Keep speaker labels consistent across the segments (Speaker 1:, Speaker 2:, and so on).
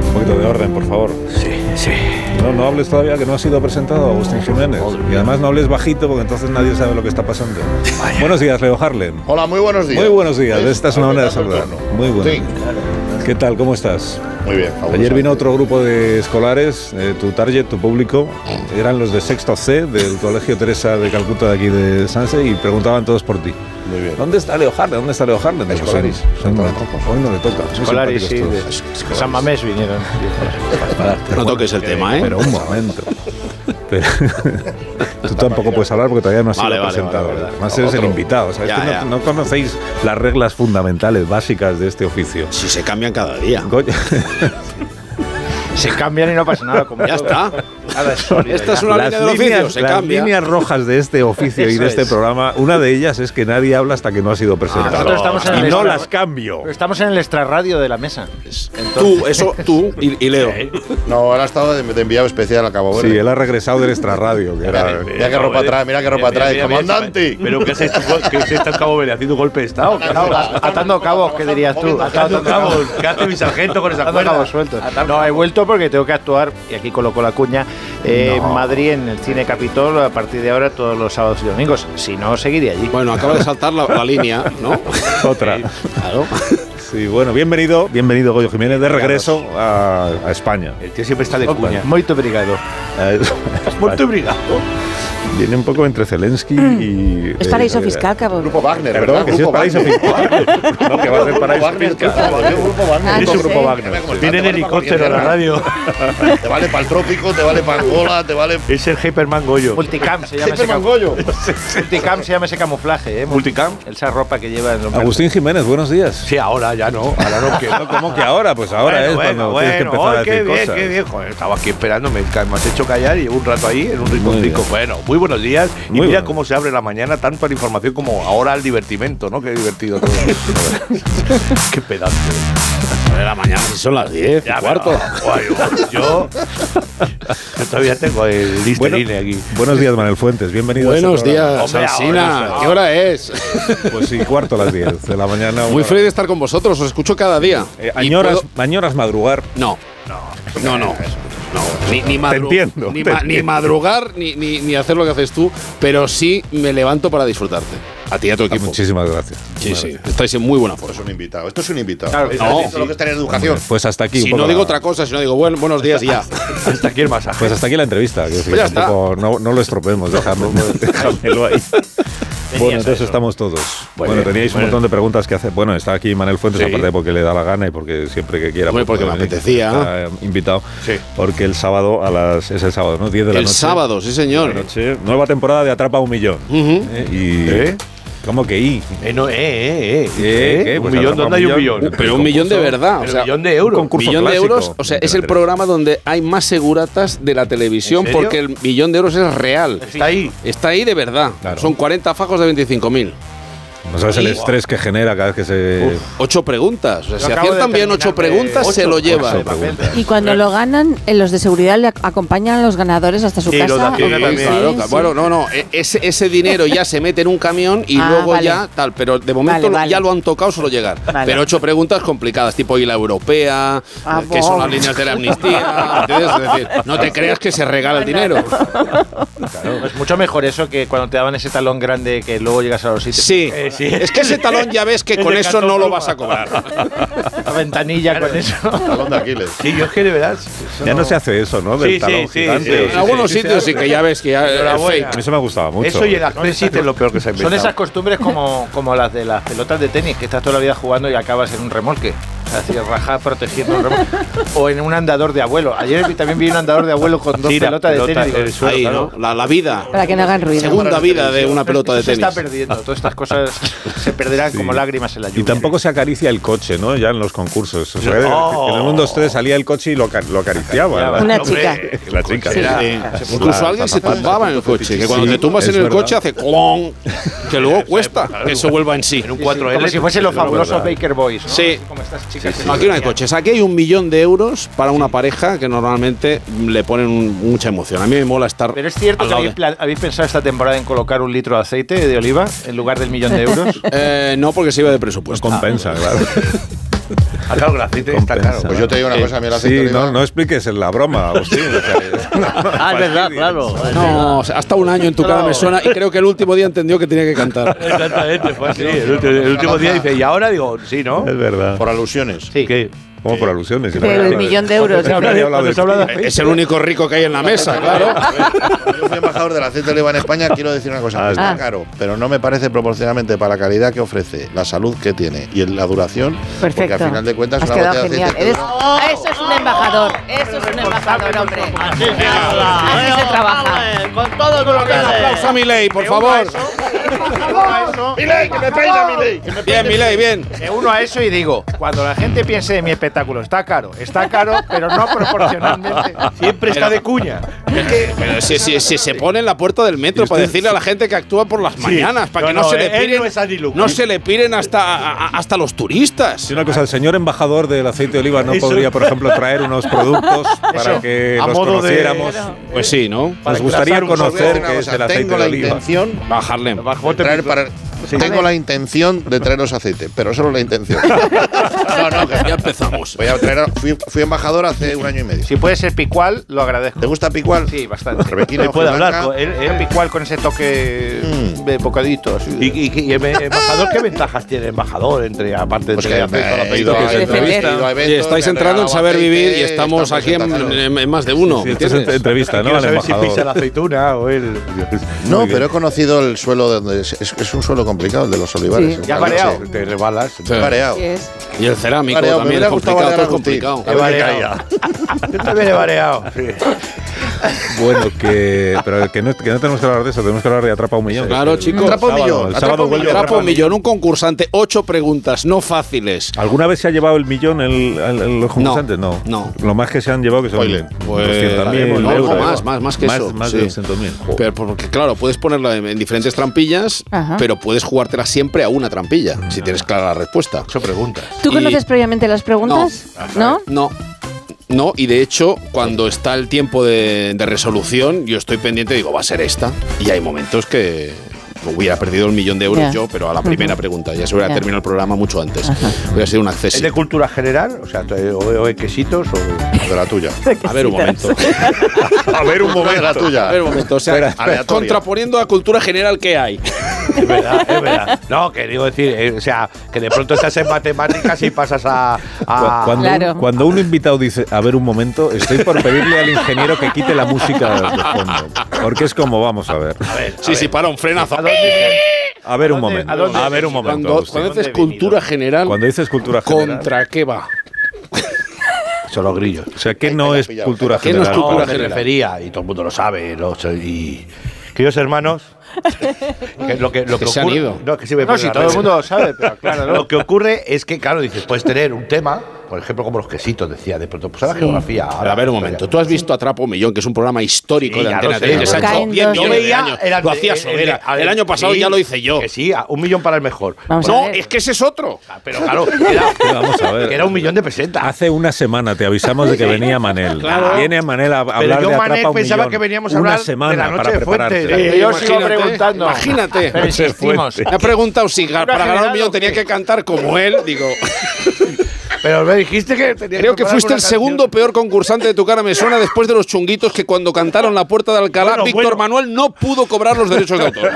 Speaker 1: Un poquito de orden, por favor.
Speaker 2: Sí, sí.
Speaker 1: No, no hables todavía que no ha sido presentado Agustín Jiménez. Y además no hables bajito porque entonces nadie sabe lo que está pasando. Buenos días, Leo Harlem.
Speaker 3: Hola, muy buenos días.
Speaker 1: Muy buenos días.
Speaker 3: ¿Ves?
Speaker 1: Esta es una manera de
Speaker 3: Apretando
Speaker 1: saludar.
Speaker 3: el
Speaker 1: Muy buenos
Speaker 3: Sí.
Speaker 1: días. ¿Qué tal? ¿Cómo estás?
Speaker 3: tono. Muy bien. fabuloso.
Speaker 1: Ayer vino otro grupo de escolares, eh, tu target, tu público, eran los de sexto C del Colegio Teresa de Calcuta de aquí de Sanse y preguntaban todos por ti.
Speaker 3: Muy bien.
Speaker 1: ¿Dónde está Leo Harlan? ¿Dónde está Leo Harlan? Digo,
Speaker 3: Escolaris.
Speaker 1: Hoy no le toca. Hoy no le toca. Son
Speaker 2: Escolaris, sí.
Speaker 1: simpáticos
Speaker 2: De,
Speaker 1: todos.
Speaker 2: de San Mamés vinieron.
Speaker 4: No toques el tema, ¿eh?
Speaker 1: Pero un momento. Pero- tú tampoco puedes hablar porque todavía no has sido
Speaker 4: Vale, vale,
Speaker 1: presentado.
Speaker 4: vale, vale.
Speaker 1: Además eres el
Speaker 3: Otro.
Speaker 1: invitado. o sea, es
Speaker 4: Ya,
Speaker 1: que no-
Speaker 4: ya.
Speaker 1: no conocéis las reglas fundamentales, básicas de este oficio.
Speaker 4: si se cambian cada día.
Speaker 1: Goyo-
Speaker 2: Se cambian y no pasa nada. Como
Speaker 4: Ya
Speaker 2: todo.
Speaker 4: está.
Speaker 2: Nada es sólido,
Speaker 4: Esta
Speaker 2: ya.
Speaker 4: es una línea del oficio, se
Speaker 1: las
Speaker 4: cambia.
Speaker 1: líneas rojas de este oficio y
Speaker 2: Eso
Speaker 1: de este
Speaker 2: es.
Speaker 1: programa, una de ellas es que nadie habla hasta que no ha
Speaker 4: Ah,
Speaker 1: sido presentado.
Speaker 2: Nosotros estamos
Speaker 1: y
Speaker 2: en el
Speaker 1: no
Speaker 2: extra-
Speaker 1: las cambio.
Speaker 2: Estamos en el extrarradio de la mesa.
Speaker 4: Tú, eso, tú y, y Leo.
Speaker 3: No, ahora ha estado de, de enviado especial a Cabo
Speaker 1: Sí,
Speaker 3: Verde.
Speaker 1: él ha regresado del extrarradio. Que era,
Speaker 3: Mira, mira qué ropa trae, mira qué ropa trae. ¡Comandante!
Speaker 5: Pero que es esto, que es esto el cabo Verde haciendo golpe de estado. ¿Qué hace?
Speaker 2: Atando cabos, ¿qué dirías tú?
Speaker 5: Atando cabos. ¿Qué hace mi sargento con esa
Speaker 2: Atando
Speaker 5: cuerda?
Speaker 2: cabos sueltos. No, he vuelto porque tengo que actuar, y aquí colocó la cuña, eh, en Madrid, en el Cine Capitol, a partir de ahora todos los sábados y domingos. Si no, seguiré allí.
Speaker 4: Bueno, acaba de saltar la, la línea, ¿no?
Speaker 1: Otra.
Speaker 4: Claro.
Speaker 1: Sí, bueno, bienvenido, bienvenido Goyo Jiménez de regreso a, a España.
Speaker 5: El tío siempre está de cuña.
Speaker 2: Muy obrigado.
Speaker 1: A- a
Speaker 5: Muy
Speaker 1: España. Viene un poco entre Zelensky y.
Speaker 6: Mm. Es
Speaker 1: eh,
Speaker 6: paraíso
Speaker 1: eh,
Speaker 6: fiscal, cabrón.
Speaker 3: Grupo Wagner,
Speaker 1: Perdón,
Speaker 3: ¿verdad?
Speaker 1: que sí es
Speaker 3: Grupo
Speaker 1: paraíso
Speaker 3: Wagner.
Speaker 1: fiscal. No, que va a ser
Speaker 3: Grupo
Speaker 1: paraíso
Speaker 3: Wagner,
Speaker 1: fiscal.
Speaker 3: grupo Wagner, grupo Wagner.
Speaker 6: Ah,
Speaker 1: Es un
Speaker 6: sí.
Speaker 1: ¿eh? grupo
Speaker 3: Mira
Speaker 1: Wagner.
Speaker 3: cómo está,
Speaker 5: Tiene
Speaker 3: te vale para
Speaker 5: helicóptero la
Speaker 3: cualquier
Speaker 5: radio.
Speaker 3: tierra. Te vale para el trópico, te vale para Angola, te vale.
Speaker 5: Es el Hyperman Goyo.
Speaker 2: Multicam se llama
Speaker 3: Siempre
Speaker 2: ese cam-
Speaker 3: Mangollo.
Speaker 2: Multicam se llama ese camuflaje, ¿eh?
Speaker 5: Multicam.
Speaker 2: Esa ropa que lleva en los
Speaker 1: Agustín Jiménez, buenos días.
Speaker 5: Sí, ahora ya no. Ahora no que.
Speaker 1: No, ¿Cómo que ahora? Pues ahora es cuando tienes que empezar
Speaker 5: ay,
Speaker 1: a
Speaker 5: qué
Speaker 1: decir
Speaker 5: bien,
Speaker 1: cosas.
Speaker 5: qué bien. Joder, estaba aquí esperando, me, ca- me has hecho callar y llevo un rato ahí en un rinconcito.
Speaker 1: bien.
Speaker 5: Bueno, muy buenos días. Y
Speaker 1: Muy
Speaker 5: mira
Speaker 1: bueno.
Speaker 5: cómo se abre la mañana tanto a la información como ahora al divertimento, ¿no? Qué divertido todo. qué pedazo.
Speaker 4: De la mañana, si son las 10,
Speaker 5: Ya,
Speaker 4: y cuarto.
Speaker 5: pero, guay, guay, yo, yo todavía tengo el
Speaker 1: Bueno,
Speaker 5: listerine aquí.
Speaker 1: buenos días, Manuel Fuentes. Bienvenido. a este
Speaker 4: Buenos
Speaker 1: programa.
Speaker 4: días,
Speaker 5: Hombre,
Speaker 4: Alsina.
Speaker 5: ahora-
Speaker 4: ¿Qué hora es?
Speaker 1: Pues sí, cuarto a las 10 de la mañana.
Speaker 4: Muy
Speaker 1: una-
Speaker 4: feliz de estar con vosotros, os escucho cada día.
Speaker 1: Eh,
Speaker 4: Y
Speaker 1: añoras,
Speaker 4: puedo-
Speaker 1: añoras madrugar.
Speaker 4: No. No, no. No, ni, ni madru-
Speaker 1: Te entiendo,
Speaker 4: ni,
Speaker 1: te
Speaker 4: ma- ni
Speaker 1: entiendo.
Speaker 4: madrugar ni, ni- ni hacer lo que haces tú, pero sí me levanto para disfrutarte. A ti y a tu
Speaker 1: Ah,
Speaker 4: equipo.
Speaker 1: Muchísimas gracias.
Speaker 4: Sí, sí. Estáis en muy buena forma.
Speaker 3: Es un invitado. Esto es un invitado.
Speaker 2: Claro,
Speaker 3: Esto
Speaker 4: no.
Speaker 3: es lo que es tener educación.
Speaker 1: Pues hasta aquí. un
Speaker 4: Si
Speaker 1: poco
Speaker 4: no digo
Speaker 1: la-
Speaker 4: otra cosa, si no digo bueno, buenos días y ya.
Speaker 5: Hasta aquí el masaje.
Speaker 1: Pues hasta aquí la entrevista. quiero decir,
Speaker 4: Pues ya está.
Speaker 1: tampoco- no, no lo estropeemos, déjame- déjamelo ahí. Bueno, entonces estamos todos.
Speaker 5: Muy
Speaker 1: bueno,
Speaker 5: bien,
Speaker 1: teníais un
Speaker 5: bueno.
Speaker 1: montón de preguntas que hacer. Bueno, está aquí Manuel Fuentes,
Speaker 5: Sí.
Speaker 1: aparte porque le da la gana y porque siempre que quiera.
Speaker 4: Hombre,
Speaker 1: pues,
Speaker 4: porque me
Speaker 1: puede venir.
Speaker 4: apetecía.
Speaker 1: Está, eh, invitado.
Speaker 5: Sí.
Speaker 1: Porque el sábado a las. Es el sábado, ¿no? 10 de la
Speaker 4: El
Speaker 1: noche.
Speaker 4: sábado, sí
Speaker 1: de
Speaker 4: señor.
Speaker 1: la noche. Nueva temporada de Atrapa un Millón.
Speaker 4: Ujú.
Speaker 1: Eh, Y,
Speaker 5: ¿Eh?
Speaker 1: ¿Cómo que y?
Speaker 5: Eh, no, eh, eh, eh.
Speaker 1: Eh,
Speaker 5: Eh,
Speaker 1: ¿qué?
Speaker 5: un
Speaker 1: Pues
Speaker 5: millón,
Speaker 1: atrapa
Speaker 5: ¿dónde hay un millón?
Speaker 1: millón.
Speaker 4: Pero un millón de verdad. O
Speaker 5: Pero
Speaker 4: sea,
Speaker 5: millón de euros.
Speaker 1: un concurso.
Speaker 4: Millón de
Speaker 1: clásico.
Speaker 4: euros, o sea, es el
Speaker 1: Interesante.
Speaker 4: programa donde hay más seguratas de la televisión
Speaker 5: ¿En serio?
Speaker 4: porque el millón de euros es real.
Speaker 5: Está ahí.
Speaker 4: Está ahí de verdad.
Speaker 1: Claro.
Speaker 4: Son 40 fajos de 25.000.
Speaker 1: No sabes el
Speaker 4: Y-
Speaker 1: estrés que genera cada vez que se.
Speaker 4: Ocho preguntas. O sea,
Speaker 2: Yo
Speaker 4: si
Speaker 2: acabo de
Speaker 4: aciertan bien
Speaker 2: terminar
Speaker 4: ocho
Speaker 2: de-
Speaker 4: preguntas, se
Speaker 2: ocho,
Speaker 4: lo
Speaker 2: ocho
Speaker 4: lleva.
Speaker 1: se pregunta.
Speaker 6: Y cuando lo ganan, eh, los de seguridad le ac- acompañan a los ganadores hasta su
Speaker 5: Sí, los de
Speaker 6: casa.
Speaker 5: aquí
Speaker 6: ¿o qué?
Speaker 5: también.
Speaker 4: Claro,
Speaker 6: Sí,
Speaker 4: claro.
Speaker 6: sí.
Speaker 4: Bueno, no, no. e- Ese, ese dinero ya se mete en un camión y
Speaker 6: Ah,
Speaker 4: luego
Speaker 6: vale.
Speaker 4: ya tal. Pero de momento
Speaker 6: Vale,
Speaker 4: lo-
Speaker 6: vale.
Speaker 4: ya lo han tocado solo llegar.
Speaker 6: Vale.
Speaker 4: Pero ocho preguntas complicadas, tipo y la europea,
Speaker 6: Ah,
Speaker 4: eh, que son las
Speaker 6: bueno.
Speaker 4: líneas de la amnistía. ¿entiendes? Es decir, no te creas que se regala el dinero.
Speaker 2: Es mucho mejor eso que cuando te daban ese talón grande que luego llegas a los sitios.
Speaker 4: Sí.
Speaker 5: Eh, sí.
Speaker 4: Es que ese talón ya ves que
Speaker 5: El
Speaker 4: con
Speaker 5: de
Speaker 4: eso no
Speaker 5: cartón
Speaker 4: lo
Speaker 5: pluma.
Speaker 4: vas a cobrar.
Speaker 2: La ventanilla con eso.
Speaker 3: Talón de Aquiles.
Speaker 5: Sí, yo es que de verdad.
Speaker 1: Ya no se hace eso, ¿no? Del
Speaker 5: Sí,
Speaker 1: talón
Speaker 5: sí, sí,
Speaker 1: gigante.
Speaker 5: sí,
Speaker 4: En
Speaker 5: sí,
Speaker 4: algunos
Speaker 5: sí, sí,
Speaker 4: sitios
Speaker 5: sí.
Speaker 4: sí que ya ves que ya es
Speaker 5: Enhorabuena.
Speaker 1: A mí se me ha gustado mucho.
Speaker 5: Eso y el Accessity es lo peor que se ha
Speaker 2: Son
Speaker 5: inventado.
Speaker 2: esas costumbres como, como las de las pelotas de tenis, que estás toda la vida jugando y acabas en un remolque. así rajar protegiendo el remo. o en un andador de abuelo. Ayer vi- también vi un andador de abuelo con dos
Speaker 5: Tira,
Speaker 2: pelotas de
Speaker 5: pelota
Speaker 2: tenis.
Speaker 5: en
Speaker 2: Digo,
Speaker 5: el suelo,
Speaker 4: Ahí,
Speaker 5: claro.
Speaker 4: ¿no? La, la vida.
Speaker 6: Para que no hagan ruido.
Speaker 4: Segunda vida de una pelota de
Speaker 2: se
Speaker 4: tenis.
Speaker 2: está perdiendo. Todas estas cosas se perderán como lágrimas en la lluvia.
Speaker 1: Y tampoco se acaricia el coche, ¿no? Ya en los concursos. ¿eh? O sea,
Speaker 5: No.
Speaker 1: En el mundo 3 salía el coche y lo, aca- lo acariciaba.
Speaker 6: Una
Speaker 1: La-
Speaker 6: chica.
Speaker 1: La chica.
Speaker 4: Sí.
Speaker 5: eh,
Speaker 4: Incluso alguien se tumbaba en el coche, que cuando
Speaker 1: Sí,
Speaker 4: te tumbas
Speaker 1: es
Speaker 4: en el
Speaker 1: verdad.
Speaker 4: coche hace clon, que luego cuesta que eso vuelva en sí.
Speaker 5: En un 4L.
Speaker 2: Como si fuese los
Speaker 1: es verdad.
Speaker 2: fabulosos Baker Boys. ¿no?
Speaker 4: Sí.
Speaker 2: Como estas chicas. que
Speaker 4: No, aquí no hay
Speaker 2: tenían.
Speaker 4: coches, aquí hay un millón de euros para una pareja que normalmente le ponen un- mucha emoción. A mí me mola estar.
Speaker 2: Pero es cierto
Speaker 4: al
Speaker 2: que
Speaker 4: lado
Speaker 2: habéis,
Speaker 4: de-
Speaker 2: plan- habéis pensado esta temporada en colocar un litro de aceite de oliva en lugar del millón de euros.
Speaker 4: Eh, no, porque se iba de
Speaker 1: Pues
Speaker 4: presupuesto.
Speaker 1: compensa, claro.
Speaker 5: Ah, claro, el aceite está
Speaker 1: Compensa.
Speaker 5: caro.
Speaker 3: Pues yo te digo una cosa, a mí el aceite
Speaker 1: Sí,
Speaker 3: de
Speaker 1: no,
Speaker 3: oliva-
Speaker 1: no expliques en la broma, Agustín. o sea, es una
Speaker 7: Ah, es verdad,
Speaker 1: fastidio.
Speaker 7: claro.
Speaker 4: No, o sea, hasta un año en tu cara me suena y creo que el último día entendió que tenía que cantar.
Speaker 5: Exactamente, fue así. El último, el último día dice, y ahora digo, sí, ¿no?
Speaker 1: Es verdad.
Speaker 3: Por alusiones.
Speaker 2: Sí.
Speaker 5: ¿Qué?
Speaker 1: Como por alusiones. si no
Speaker 6: Pero
Speaker 1: había
Speaker 6: el
Speaker 1: hablado de-
Speaker 6: millón de euros.
Speaker 1: habla de- cuando se habla de
Speaker 4: Es el único rico que hay en la mesa, claro.
Speaker 3: Yo fui embajador del aceite de oliva en España. Quiero decir una cosa:
Speaker 1: Ah,
Speaker 3: está
Speaker 6: sí.
Speaker 3: caro, pero no me parece proporcionalmente para la calidad que ofrece, la salud que tiene y la duración. Porque
Speaker 6: Perfecto.
Speaker 3: al final de cuentas,
Speaker 6: Has
Speaker 3: una botella
Speaker 6: quedado
Speaker 3: de aceite.
Speaker 6: genial.
Speaker 3: te
Speaker 6: Eres-
Speaker 3: dura-
Speaker 6: Ah, Eso es un embajador. Eso es un embajador, hombre.
Speaker 7: Así se habla.
Speaker 6: Así se
Speaker 7: Vamos,
Speaker 6: trabaja.
Speaker 7: eh, Con todo con lo que
Speaker 4: Aplauso a
Speaker 7: hace.
Speaker 4: Milei, por favor.
Speaker 3: ¡Milei, que me peina, Milei! que me
Speaker 4: Bien, Milei, bien.
Speaker 2: Me uno a eso y digo, cuando la gente piense de mi espectáculo, está caro, está caro, pero no proporcionalmente.
Speaker 5: Siempre está de cuña.
Speaker 4: Pero si, si- si se pone en la puerta del metro para decirle a la gente que actúa por las mañanas, para
Speaker 5: No,
Speaker 4: que no,
Speaker 5: no,
Speaker 4: se le
Speaker 5: él
Speaker 4: piren,
Speaker 5: no es Andy Lucas.
Speaker 4: no se le piren hasta, a- a- hasta los
Speaker 1: Sí,
Speaker 4: turistas.
Speaker 1: una cosa, el señor embajador del aceite de oliva no
Speaker 5: Eso.
Speaker 1: podría, por ejemplo, traer unos productos para que
Speaker 5: a
Speaker 1: los
Speaker 5: modo de-
Speaker 1: conociéramos.
Speaker 4: Pues sí, ¿no?
Speaker 1: Nos gustaría
Speaker 5: enlazar un
Speaker 3: Os voy a decir
Speaker 1: conocer
Speaker 3: una
Speaker 1: que es
Speaker 3: cosa,
Speaker 1: el aceite
Speaker 3: Tengo
Speaker 1: de
Speaker 3: la
Speaker 1: oliva.
Speaker 3: intención
Speaker 4: Bajarle.
Speaker 3: de traer para. Tengo la intención de traeros aceite, pero solo la intención. no, no, que
Speaker 4: Ya empezamos.
Speaker 3: voy a traer. Fui, fui embajador hace un año y medio.
Speaker 2: Si puede ser picual, lo agradezco.
Speaker 3: ¿Te gusta picual?
Speaker 2: Sí, bastante.
Speaker 3: Rebequina,
Speaker 5: Él puede
Speaker 3: hoja
Speaker 5: hablar.
Speaker 3: blanca.
Speaker 5: con- Él,
Speaker 2: Era
Speaker 5: él-
Speaker 2: picual con ese toque
Speaker 3: Mm.
Speaker 2: de bocadito. así de-
Speaker 5: y, y- y el embajador, ¿qué ventajas tiene el embajador entre aparte de
Speaker 3: Pues que
Speaker 5: entre
Speaker 3: me
Speaker 5: apellido,
Speaker 3: he ido
Speaker 5: apellido,
Speaker 3: a
Speaker 5: que se-
Speaker 6: entrevistas,
Speaker 3: entrevistas,
Speaker 6: Oye,
Speaker 3: he ido a
Speaker 4: Oye,
Speaker 3: eventos,
Speaker 4: estáis
Speaker 3: me han
Speaker 4: entrando en
Speaker 3: regalado
Speaker 4: saber vivir y
Speaker 3: aceite,
Speaker 4: estamos
Speaker 3: están
Speaker 4: aquí en,
Speaker 3: presentaciones.
Speaker 4: en- en más de uno.
Speaker 1: Sí,
Speaker 4: ¿me
Speaker 1: esta es
Speaker 4: entiendes?
Speaker 1: entrevista, ¿no?
Speaker 5: Quiero
Speaker 1: Al
Speaker 5: saber si
Speaker 1: embajador.
Speaker 5: pisa la aceituna o él.
Speaker 3: No,
Speaker 1: Muy bien.
Speaker 3: pero he conocido el suelo de donde es, es- es un suelo complicado, el de los olivares.
Speaker 6: Sí.
Speaker 3: en
Speaker 2: Ya
Speaker 3: Caleche.
Speaker 2: pareado.
Speaker 5: Te rebalas.
Speaker 4: Sí.
Speaker 3: He pareado.
Speaker 6: Así
Speaker 3: He
Speaker 6: es.
Speaker 4: Y el cerámico
Speaker 3: pareado. Me
Speaker 4: también
Speaker 3: hubiera
Speaker 4: es
Speaker 3: gustado
Speaker 4: complicado,
Speaker 3: bailar
Speaker 4: todo
Speaker 3: a
Speaker 4: es
Speaker 3: Agustín.
Speaker 4: complicado.
Speaker 3: A ver qué
Speaker 5: Pareado.
Speaker 3: caía.
Speaker 5: Yo también he variado. sí.
Speaker 1: Bueno, que, pero que, no, que no tenemos que hablar de eso, tenemos que hablar de Atrapa un Millón.
Speaker 4: Claro, chicos.
Speaker 3: Atrapa un
Speaker 1: sábado,
Speaker 3: millón,
Speaker 1: el
Speaker 3: atrapa
Speaker 1: sábado
Speaker 3: un
Speaker 1: vuelve
Speaker 3: millón.
Speaker 1: Atrapa
Speaker 4: Trapo
Speaker 1: un millón.
Speaker 4: millón, un concursante, ocho preguntas no fáciles.
Speaker 1: ¿Alguna vez se ha llevado el millón el, el- el- los concursantes? No,
Speaker 4: no.
Speaker 1: Lo más que se han llevado que son
Speaker 3: Oye,
Speaker 1: Pues 200.000
Speaker 4: Pues, no, algo
Speaker 1: euros.
Speaker 4: más, más, más que eso,
Speaker 1: Más
Speaker 4: sí.
Speaker 1: de 200.000.
Speaker 4: Pero porque, claro, puedes ponerla en, en diferentes trampillas,
Speaker 6: Ajá.
Speaker 4: pero puedes jugártela siempre a una trampilla, si tienes clara la respuesta.
Speaker 5: Ocho preguntas.
Speaker 6: ¿Tú
Speaker 4: Y-
Speaker 6: conoces previamente las preguntas? ¿No?
Speaker 4: No. No, y de hecho, cuando está el tiempo de, de resolución, yo estoy pendiente, digo, va a ser esta. Y hay momentos que hubiera perdido el millón de euros
Speaker 6: Ya.
Speaker 4: yo, pero a la primera pregunta, ya se hubiera
Speaker 6: Ya.
Speaker 4: terminado el programa mucho antes. Hubiera sido un acceso.
Speaker 5: ¿Es de cultura general? O sea, te- o, o de quesitos o.
Speaker 3: De la tuya.
Speaker 4: A ver un momento.
Speaker 3: A ver un momento. De la tuya.
Speaker 4: A ver un momento. O sea,
Speaker 3: Aleatoria.
Speaker 4: contraponiendo a cultura general que hay.
Speaker 5: Es verdad, es verdad. No, que digo decir, eh, o sea, que de pronto estás en matemáticas y pasas a. a-
Speaker 4: Ah,
Speaker 1: Cu- Cuando, un-
Speaker 6: Claro.
Speaker 1: cuando un invitado dice, a ver un momento, estoy por pedirle al ingeniero que quite la música de fondo. Porque es como vamos a ver.
Speaker 4: Sí, sí, para un frenazo.
Speaker 1: A ver un
Speaker 2: dónde-
Speaker 1: momento.
Speaker 2: a dónde-
Speaker 1: A ver un momento.
Speaker 4: Cuando,
Speaker 1: Agustín.
Speaker 4: cuando
Speaker 2: ¿Dónde
Speaker 4: dices
Speaker 2: he venido?
Speaker 4: cultura general,
Speaker 1: Cuando dices cultura general.
Speaker 4: ¿contra qué va?
Speaker 5: Son los grillos.
Speaker 1: O sea, ¿qué
Speaker 3: Ahí
Speaker 1: no
Speaker 3: te la
Speaker 1: es
Speaker 3: pillado.
Speaker 1: cultura
Speaker 4: ¿Qué no es
Speaker 1: general?
Speaker 5: No,
Speaker 4: cultura
Speaker 5: me
Speaker 4: general.
Speaker 5: refería, y todo el mundo lo sabe, ¿no? So- y. Queridos hermanos, que lo que, lo
Speaker 4: Que
Speaker 5: que,
Speaker 4: se han
Speaker 5: ocurre,
Speaker 4: ido.
Speaker 5: No, que sí me
Speaker 2: No,
Speaker 5: pone
Speaker 2: si
Speaker 5: la
Speaker 2: todo el
Speaker 5: red.
Speaker 2: mundo lo sabe, pero claro,
Speaker 5: Lo que ocurre es que, claro, dices, puedes tener un tema, por ejemplo, como los quesitos, decía, de pronto, pues a la geografía.
Speaker 4: Ahora, a ver un momento. Tú has visto Atrapo un Millón, que es un programa histórico
Speaker 5: Sí,
Speaker 4: de
Speaker 5: ya
Speaker 4: Antena
Speaker 5: lo sé,
Speaker 4: 3,
Speaker 5: ya
Speaker 4: que se ha
Speaker 6: lo sé.
Speaker 4: hecho 10
Speaker 6: Yo
Speaker 4: millones de
Speaker 5: veía
Speaker 4: años.
Speaker 5: el ante-
Speaker 4: Lo hacía
Speaker 5: el-
Speaker 4: Sobera.
Speaker 5: el-
Speaker 4: El, año pasado
Speaker 5: sí,
Speaker 4: ya lo hice yo.
Speaker 5: Que sí, a un millón para el mejor.
Speaker 6: Vamos
Speaker 4: No,
Speaker 6: a ver.
Speaker 4: es que ese es otro.
Speaker 5: Pero claro, era,
Speaker 1: Sí, Vamos a
Speaker 5: que
Speaker 1: ver.
Speaker 5: era un millón de pesetas.
Speaker 1: Hace una semana te avisamos de que venía Manel.
Speaker 4: Claro.
Speaker 1: Viene Manel a hablar
Speaker 5: yo,
Speaker 1: de
Speaker 5: Manel,
Speaker 1: Atrapa un
Speaker 5: pensaba
Speaker 1: Millón.
Speaker 5: que veníamos a
Speaker 1: una
Speaker 5: hablar de
Speaker 1: semana
Speaker 5: la noche
Speaker 1: para
Speaker 5: de
Speaker 1: prepararte.
Speaker 5: Fuentes.
Speaker 2: yo sigo
Speaker 4: Imagínate,
Speaker 2: preguntando.
Speaker 4: imagínate.
Speaker 2: Pero insistimos.
Speaker 4: Me ha preguntado si ga- para ganar un
Speaker 2: general
Speaker 4: millón
Speaker 2: o qué?
Speaker 4: tenía que cantar como él. Digo,
Speaker 5: Pero me dijiste que tenía
Speaker 4: creo que
Speaker 5: prepararme
Speaker 4: fuiste
Speaker 5: una
Speaker 4: el
Speaker 5: canción.
Speaker 4: segundo peor concursante de tu cara. Me suena después de los chunguitos que cuando cantaron La Puerta de Alcalá,
Speaker 5: Bueno,
Speaker 4: Víctor
Speaker 5: bueno.
Speaker 4: Manuel no pudo cobrar los derechos de autor.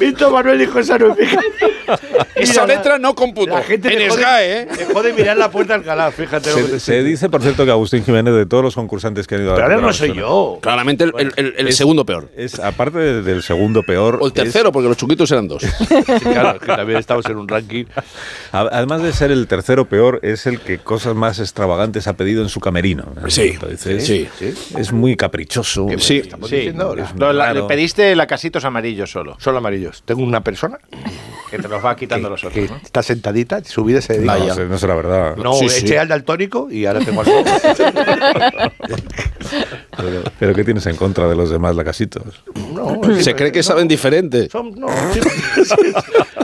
Speaker 5: Víctor Manuel dijo esa no es mi
Speaker 4: Esa
Speaker 5: Mira, la-
Speaker 4: letra no computo.
Speaker 5: La gente
Speaker 4: En
Speaker 5: dejó,
Speaker 4: SGAE, ¿eh?
Speaker 5: de, dejó de mirar la puerta al galá, fíjate. lo
Speaker 1: Se,
Speaker 5: que-
Speaker 1: se dice, por cierto, que Agustín Jiménez, de todos los concursantes que han ido a
Speaker 5: Pero ahora
Speaker 1: Atrapa
Speaker 5: no
Speaker 1: un
Speaker 5: soy
Speaker 1: Millón,
Speaker 5: yo.
Speaker 4: Claramente el, el- el- el segundo peor.
Speaker 1: Es, aparte de- del segundo peor.
Speaker 4: O el
Speaker 1: es-
Speaker 4: tercero, porque los chunguitos eran dos.
Speaker 5: Sí, claro, es que también estamos en un un ranking.
Speaker 1: A- Además de ser el tercero peor, es el que cosas más extravagantes ha pedido en su camerino.
Speaker 4: Sí,
Speaker 1: Entonces,
Speaker 4: sí.
Speaker 1: Es muy caprichoso.
Speaker 4: Sí.
Speaker 5: Estamos
Speaker 2: Sí.
Speaker 5: diciendo,
Speaker 1: es
Speaker 2: No, la- le
Speaker 1: raro.
Speaker 2: pediste lacasitos amarillos solo,
Speaker 5: son amarillos. Tengo una persona
Speaker 2: que te los va quitando los
Speaker 5: que
Speaker 2: otros. ¿no?
Speaker 5: está sentadita, su vida se dedica.
Speaker 1: No, sé- no será verdad.
Speaker 5: No,
Speaker 4: Sí, sí.
Speaker 5: eché al daltónico y ahora tengo al rojo.
Speaker 1: Pero, pero ¿qué tienes en contra de los demás lacasitos?
Speaker 5: No,
Speaker 4: Se cree que saben diferente.
Speaker 5: Son, no, sí, sí,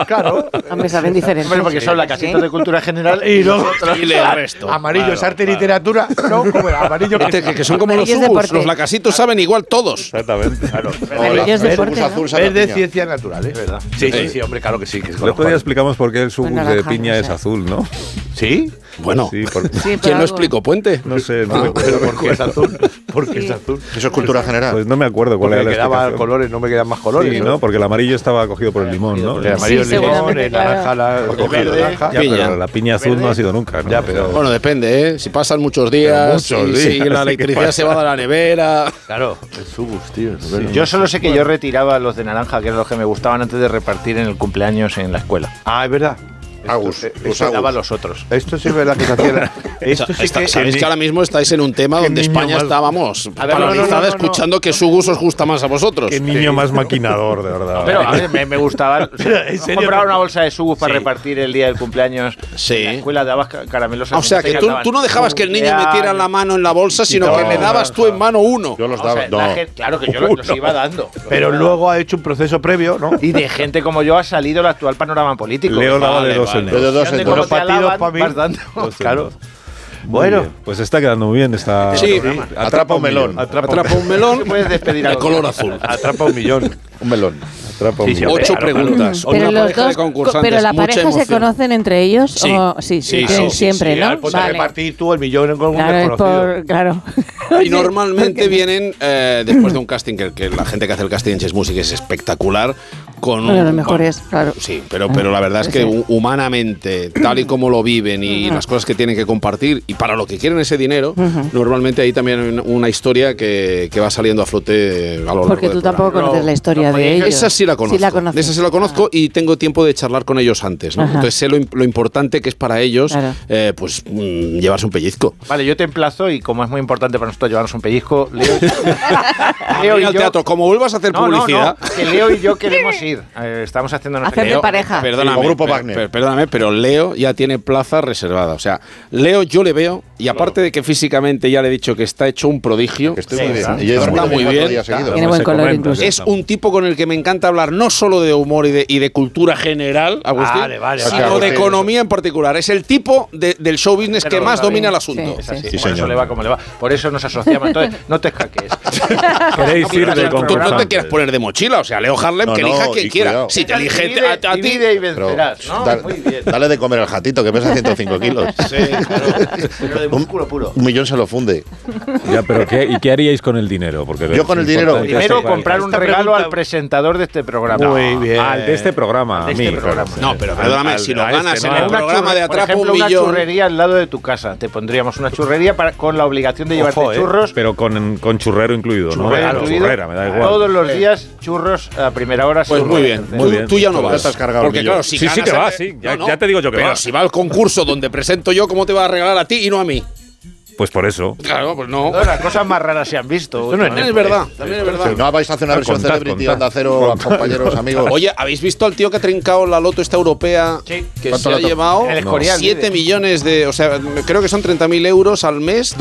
Speaker 5: claro.
Speaker 6: Hombre, saben diferente.
Speaker 2: Hombre, porque son lacasitos de cultura general y los otros.
Speaker 4: Y el resto.
Speaker 5: Amarillo es arte y literatura. No, como era amarillo.
Speaker 4: Este, que, que son como los
Speaker 6: Amarillo es
Speaker 4: subus,
Speaker 6: deporte.
Speaker 4: los lacasitos saben igual todos.
Speaker 1: Exactamente.
Speaker 6: Amarillo es deporte, ¿no?
Speaker 5: Es de ciencias naturales, ¿verdad? Sí, sí,
Speaker 4: Eh.
Speaker 5: sí, hombre, claro que sí. Que es
Speaker 1: El otro día explicamos por qué el sugus de
Speaker 6: naranja,
Speaker 1: piña
Speaker 6: no
Speaker 1: es
Speaker 6: sé.
Speaker 1: azul, ¿no?
Speaker 5: ¿Sí?
Speaker 4: Bueno,
Speaker 1: Sí, por-
Speaker 6: Sí, pero
Speaker 4: ¿quién lo
Speaker 6: algo-
Speaker 4: explicó? Puente.
Speaker 1: no sé.
Speaker 5: Ah,
Speaker 1: No, me-
Speaker 5: Pero ¿por qué es azul? ¿Por qué es azul?
Speaker 3: Eso es cultura general.
Speaker 1: pues no me acuerdo cuál
Speaker 5: Porque
Speaker 1: era
Speaker 5: me
Speaker 1: la
Speaker 5: quedaban
Speaker 1: explicación.
Speaker 5: colores, no me quedan más colores.
Speaker 1: Sí, ¿no? Porque el amarillo estaba cogido por el limón, ¿no?
Speaker 5: El amarillo,
Speaker 6: Sí,
Speaker 5: el limón,
Speaker 6: seguramente,
Speaker 5: el naranja, la
Speaker 1: Cogido.
Speaker 5: el naranja.
Speaker 1: Ya,
Speaker 4: Piña.
Speaker 1: pero la piña azul no ha sido nunca, ¿no?
Speaker 5: Ya, pero-
Speaker 4: Bueno, depende, ¿eh? Si pasan muchos días,
Speaker 1: Pero muchos
Speaker 4: y si
Speaker 1: días,
Speaker 4: la
Speaker 1: ¿qué
Speaker 4: electricidad
Speaker 1: pasa?
Speaker 4: se va de la nevera.
Speaker 5: Claro, el subus, tío. es verdad.
Speaker 2: Yo solo sé que yo retiraba los de naranja, que eran los que me gustaban antes de repartir en el cumpleaños en la escuela.
Speaker 5: Ah, es verdad.
Speaker 3: Agus,
Speaker 5: Esto-
Speaker 3: Gus
Speaker 5: esto-
Speaker 2: Yo
Speaker 3: Agus.
Speaker 2: daba los otros.
Speaker 5: Esto sí es verdad que se hacía. Esto sí
Speaker 4: Está-
Speaker 5: que-
Speaker 4: Sabéis que ahora mismo estáis en un tema donde España está, vamos,
Speaker 2: A ver, no, no, no,
Speaker 4: paralizada
Speaker 2: no, no.
Speaker 4: escuchando que su gusto os gusta más a vosotros.
Speaker 1: Qué niño más maquinador, de verdad.
Speaker 2: Pero a ver, me, me gustaba.
Speaker 5: ¿En serio?
Speaker 2: Compraba una bolsa de subus para repartir el día del cumpleaños.
Speaker 4: Sí.
Speaker 2: En la escuela dabas ca- caramelos. a
Speaker 4: Ah, o sea,
Speaker 2: gente
Speaker 4: que tú,
Speaker 2: daban
Speaker 4: tú no dejabas que el niño
Speaker 2: cumpleaños.
Speaker 4: metiera la mano en la bolsa, sino que le dabas tú en mano uno.
Speaker 3: Yo los
Speaker 2: O
Speaker 3: daba.
Speaker 2: sea, la gente- claro que yo
Speaker 4: Uh,
Speaker 2: los, los iba dando. Los
Speaker 5: Pero
Speaker 2: iba
Speaker 5: luego ha hecho un proceso previo, ¿no?
Speaker 2: dando. Y de gente como yo ha salido el actual panorama político.
Speaker 1: Leo daba de
Speaker 4: Vale,
Speaker 1: dos en
Speaker 4: vale.
Speaker 3: Yo de
Speaker 1: dos.
Speaker 3: dos
Speaker 2: Fíjate
Speaker 3: en
Speaker 2: cómo
Speaker 3: dos.
Speaker 2: te
Speaker 5: partidos
Speaker 2: alaban,
Speaker 5: pa' mí.
Speaker 2: vas dando.
Speaker 1: Dos en
Speaker 5: Claro.
Speaker 1: dos. Muy
Speaker 5: Bueno.
Speaker 1: bien, Pues está quedando muy bien esta.
Speaker 4: Sí.
Speaker 1: programa.
Speaker 4: Sí.
Speaker 3: Atrapa un melón.
Speaker 4: Atrapa un melón
Speaker 2: Te puedes despedir a
Speaker 4: de
Speaker 2: los
Speaker 4: color
Speaker 2: demás.
Speaker 4: azul.
Speaker 5: Atrapa un millón.
Speaker 3: Un melón.
Speaker 1: Atrapa un
Speaker 5: Sí, sí,
Speaker 1: melón.
Speaker 4: Ocho
Speaker 5: Claro,
Speaker 4: preguntas.
Speaker 6: Pero
Speaker 4: una
Speaker 6: los
Speaker 4: pareja de
Speaker 6: dos, co-
Speaker 4: concursantes.
Speaker 6: pero la
Speaker 4: mucha
Speaker 6: pareja se
Speaker 4: emoción.
Speaker 6: conocen entre ellos.
Speaker 4: Sí.
Speaker 6: o- sí,
Speaker 4: Sí,
Speaker 6: sí,
Speaker 4: sí,
Speaker 6: sí,
Speaker 4: sí,
Speaker 6: siempre,
Speaker 5: Sí,
Speaker 6: ¿no?
Speaker 5: al- pues, a repartir tú el millón con un
Speaker 6: Claro, es
Speaker 5: desconocido.
Speaker 6: por, claro.
Speaker 4: Y normalmente vienen eh, después de un casting, que, que la gente que hace el casting en Chess Music es espectacular. Con
Speaker 6: Uno de los
Speaker 4: un-
Speaker 6: mejores, claro.
Speaker 4: Sí, pero,
Speaker 6: Ah,
Speaker 4: pero la verdad es que hu- humanamente, tal y como lo viven y las cosas que tienen que compartir y para lo que quieren ese dinero, normalmente hay también una- una historia que, que va saliendo a flote a lo largo
Speaker 6: Porque
Speaker 4: del
Speaker 6: tú tampoco
Speaker 4: programa.
Speaker 6: conoces la historia
Speaker 2: no,
Speaker 6: de ellos.
Speaker 4: Esa sí la conozco.
Speaker 6: Sí la conoces. Ah.
Speaker 4: Esa sí la conozco y tengo tiempo de charlar con ellos antes. ¿no?
Speaker 6: Ajá.
Speaker 4: Entonces sé lo, im- lo importante que es para ellos
Speaker 6: Claro.
Speaker 4: eh, pues mm, llevarse un pellizco.
Speaker 2: Vale, yo te emplazo y como es muy importante para nosotros llevarnos un pellizco, Leo,
Speaker 4: Ir
Speaker 2: Leo y
Speaker 4: al
Speaker 2: yo-
Speaker 4: teatro, como vuelvas a hacer
Speaker 2: No, no,
Speaker 4: publicidad.
Speaker 2: no, que Leo y yo queremos ir. Eh, estamos haciendo nuestra
Speaker 6: Hacer de pareja.
Speaker 4: Perdóname,
Speaker 3: Como Grupo
Speaker 4: per-
Speaker 3: Wagner.
Speaker 4: per- perdóname, pero Leo ya tiene plaza reservada. O sea, Leo yo le veo y aparte de que físicamente ya le he dicho que está hecho un prodigio,
Speaker 3: Que estoy muy bien.
Speaker 2: Está
Speaker 3: Y yo he
Speaker 4: muy
Speaker 3: dormido
Speaker 4: bien.
Speaker 3: cuatro días seguidos.
Speaker 6: Tiene buen
Speaker 1: Se
Speaker 6: color
Speaker 1: comenta,
Speaker 6: incluso.
Speaker 1: sí.
Speaker 4: es un tipo con el que me encanta hablar no solo de humor y de, y de cultura general, Agustín,
Speaker 5: Vale, vale,
Speaker 4: sino
Speaker 3: vale.
Speaker 4: de
Speaker 3: Agustín,
Speaker 4: economía en particular. Es el tipo de- del show business
Speaker 2: Pero
Speaker 4: que más
Speaker 2: está
Speaker 4: domina
Speaker 2: bien.
Speaker 4: el asunto.
Speaker 6: Sí, sí.
Speaker 2: Sí,
Speaker 1: Sí,
Speaker 2: por eso
Speaker 1: señor.
Speaker 2: le va como le va. Por eso nos asociamos. Entonces, no te escaques.
Speaker 1: Queréis ir de
Speaker 2: Tú-
Speaker 4: Tú no te
Speaker 1: concursante.
Speaker 4: quieres poner de mochila, o sea, Leo Harlem
Speaker 3: No,
Speaker 4: que
Speaker 3: no,
Speaker 4: elija quien
Speaker 3: y
Speaker 4: quiera.
Speaker 3: cuidado.
Speaker 4: Si te elige
Speaker 2: Divide-
Speaker 4: a, a ti,
Speaker 2: divide y
Speaker 3: Pero
Speaker 2: vencerás, ¿no?
Speaker 3: dale-
Speaker 2: Muy bien.
Speaker 3: Dale de comer al jatito, que pesa 105 kilos.
Speaker 2: Pero de músculo puro.
Speaker 3: Un millón se lo funde.
Speaker 1: Ya, pero ¿qué, ¿y qué haríais con el dinero? Porque
Speaker 3: Yo con el dinero-
Speaker 1: importante es
Speaker 2: Primero,
Speaker 1: que-
Speaker 2: comprar un
Speaker 5: Esta
Speaker 2: regalo
Speaker 5: pregunta-
Speaker 2: al presentador de este programa.
Speaker 5: Muy bien.
Speaker 1: Al de este programa,
Speaker 2: de
Speaker 1: a
Speaker 2: este
Speaker 1: mí.
Speaker 2: programa.
Speaker 1: claro.
Speaker 4: No, pero
Speaker 1: Al-
Speaker 4: perdóname,
Speaker 1: al-
Speaker 4: si lo
Speaker 1: a
Speaker 4: ganas
Speaker 1: este,
Speaker 4: en
Speaker 1: no.
Speaker 4: el
Speaker 2: Una
Speaker 4: programa
Speaker 2: churre-
Speaker 4: de
Speaker 2: por
Speaker 4: Atrapa
Speaker 2: ejemplo,
Speaker 4: un millón.
Speaker 2: Una churrería al lado de tu casa. Te pondríamos una churrería para- con la obligación de llevarte
Speaker 5: Ojo, eh.
Speaker 2: churros.
Speaker 1: Pero con, con churrero incluido, ¿no?
Speaker 2: churrero
Speaker 1: Claro,
Speaker 2: incluido.
Speaker 1: churrera, me da igual.
Speaker 2: Todos los días churros a primera hora.
Speaker 4: Pues
Speaker 2: churros.
Speaker 4: muy bien,
Speaker 1: Muy
Speaker 4: tú,
Speaker 1: bien.
Speaker 4: tú ya no
Speaker 3: Ya
Speaker 4: vas.
Speaker 3: te has cargado el
Speaker 4: Porque
Speaker 3: millón.
Speaker 4: claro, si
Speaker 1: Sí, sí
Speaker 4: ganas
Speaker 1: que
Speaker 4: el-
Speaker 1: vas, sí, ya- ya te digo yo que
Speaker 4: pero
Speaker 1: vas.
Speaker 4: si va al concurso donde presento yo, ¿cómo te va a regalar a ti y no a mí?
Speaker 1: Pues por eso.
Speaker 4: Claro, pues no.
Speaker 2: Todas las cosas más raras se han visto.
Speaker 4: También es verdad,
Speaker 2: eh.
Speaker 4: también es
Speaker 3: Si
Speaker 4: verdad.
Speaker 3: no vais a hacer una
Speaker 1: Ah,
Speaker 3: versión
Speaker 1: contad,
Speaker 3: celebrity
Speaker 1: contad.
Speaker 3: onda cero a compañeros, amigos.
Speaker 4: Oye, ¿habéis visto al tío que ha trincado la loto esta europea?
Speaker 2: Sí.
Speaker 4: Que
Speaker 3: ¿Cuánto
Speaker 4: se ha
Speaker 3: loto?
Speaker 4: llevado
Speaker 2: El Escorial,
Speaker 4: 7
Speaker 2: vive.
Speaker 4: millones de... O sea, creo que son 30.000 euros al mes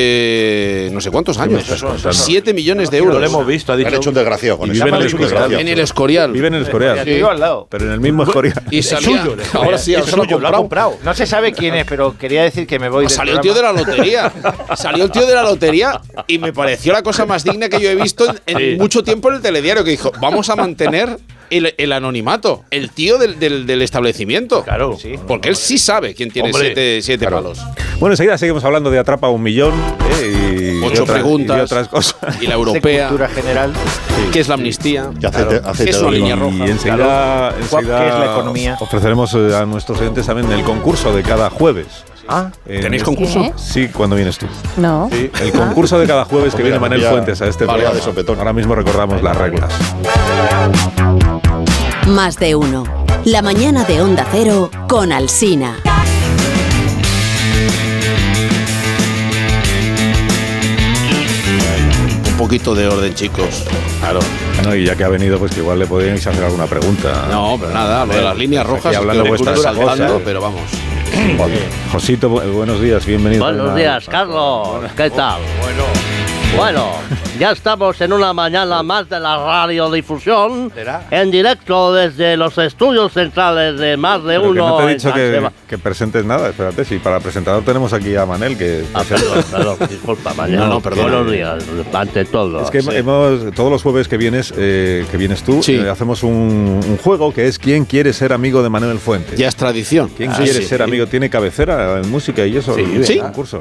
Speaker 4: durante no sé cuántos años.
Speaker 1: estás contando?
Speaker 4: 7 millones de
Speaker 5: Lo
Speaker 4: euros.
Speaker 5: hemos visto, ha
Speaker 3: han hecho
Speaker 5: dicho.
Speaker 3: un desgraciado
Speaker 1: Y
Speaker 3: con
Speaker 1: viven en el
Speaker 3: eso.
Speaker 1: Escorial.
Speaker 4: en el Escorial.
Speaker 1: Vive en el Escorial.
Speaker 2: Te digo al lado.
Speaker 1: Pero en el mismo Escorial.
Speaker 4: y salía.
Speaker 5: suyo, el Escorial.
Speaker 4: ahora sí,
Speaker 5: Es
Speaker 4: ahora se lo ha
Speaker 5: suyo, lo ha
Speaker 4: comprado.
Speaker 5: comprado.
Speaker 2: No se sabe quién es, pero quería decir que me voy. del
Speaker 4: Pues Salió el tío
Speaker 2: programa.
Speaker 4: de la lotería. Salió el tío de la lotería y me pareció la cosa más digna que yo he visto en, en mucho tiempo en el telediario, que dijo, vamos a mantener el, el anonimato, el tío del, del- del establecimiento.
Speaker 5: Claro.
Speaker 2: Sí.
Speaker 4: Porque él sí sabe quién tiene
Speaker 5: Hombre.
Speaker 4: siete, siete palos.
Speaker 1: Bueno, enseguida seguimos hablando de Atrapa un Millón. eh, y
Speaker 4: Ocho
Speaker 1: otras-
Speaker 4: preguntas.
Speaker 1: Y otras cosas.
Speaker 4: Y la
Speaker 2: De
Speaker 4: europea,
Speaker 2: cultura general.
Speaker 4: que es la amnistía.
Speaker 3: Y aceite, aceite
Speaker 4: Es
Speaker 3: de
Speaker 4: una
Speaker 3: oliva.
Speaker 4: línea
Speaker 1: Y
Speaker 4: roja.
Speaker 1: enseguida, enseguida
Speaker 2: ¿Qué es la economía?
Speaker 1: ofreceremos eh, a nuestros oyentes también el concurso de cada jueves.
Speaker 2: Ah,
Speaker 1: En- este-
Speaker 4: ¿Tenéis concurso?
Speaker 6: ¿Qué?
Speaker 1: Sí, cuando vienes tú.
Speaker 6: No.
Speaker 1: El concurso de cada jueves que
Speaker 3: Pues
Speaker 1: viene
Speaker 3: mira,
Speaker 1: Manuel
Speaker 3: ya-
Speaker 1: Fuentes a este
Speaker 3: vale,
Speaker 1: programa.
Speaker 3: de sopetón.
Speaker 1: Ahora mismo recordamos las reglas.
Speaker 8: Más de uno. La mañana de Onda Cero con Alsina.
Speaker 4: Un poquito de orden, chicos. Claro.
Speaker 1: No, y ya que ha venido, pues que igual le podríais hacer alguna pregunta.
Speaker 4: No, pero nada, lo de las líneas
Speaker 1: Aquí
Speaker 4: rojas.
Speaker 1: hablando
Speaker 4: de
Speaker 1: vuestras
Speaker 4: cultura
Speaker 1: cosas.
Speaker 4: saltando, pero vamos.
Speaker 1: Josito, bu- buenos días, bienvenido.
Speaker 7: Buenos
Speaker 1: Una-
Speaker 7: días, Carlos. ¿Qué tal? Bueno, ya estamos en una mañana más de la radiodifusión,
Speaker 5: ¿Será?
Speaker 7: en directo desde los estudios centrales de más de
Speaker 1: Pero que
Speaker 7: uno.
Speaker 1: no te he
Speaker 7: en
Speaker 1: dicho
Speaker 7: San
Speaker 1: que,
Speaker 7: Seba-
Speaker 1: que presentes nada, espérate, si para presentador tenemos aquí a Manel, que
Speaker 7: Ah, perdón, perdón, disculpa, mañana.
Speaker 4: No, no, perdona.
Speaker 7: Buenos días, ante todo.
Speaker 1: Es que
Speaker 7: Sí.
Speaker 1: hemos, todos los jueves que vienes, eh, que vienes tú,
Speaker 4: Sí.
Speaker 1: eh, hacemos un, un juego que es ¿Quién quiere ser amigo de Manuel Fuentes?
Speaker 4: Ya es tradición.
Speaker 1: ¿Quién
Speaker 4: Ah,
Speaker 1: quiere
Speaker 4: sí.
Speaker 1: ser amigo? ¿Tiene cabecera en música y eso? el
Speaker 4: sí.
Speaker 1: concurso.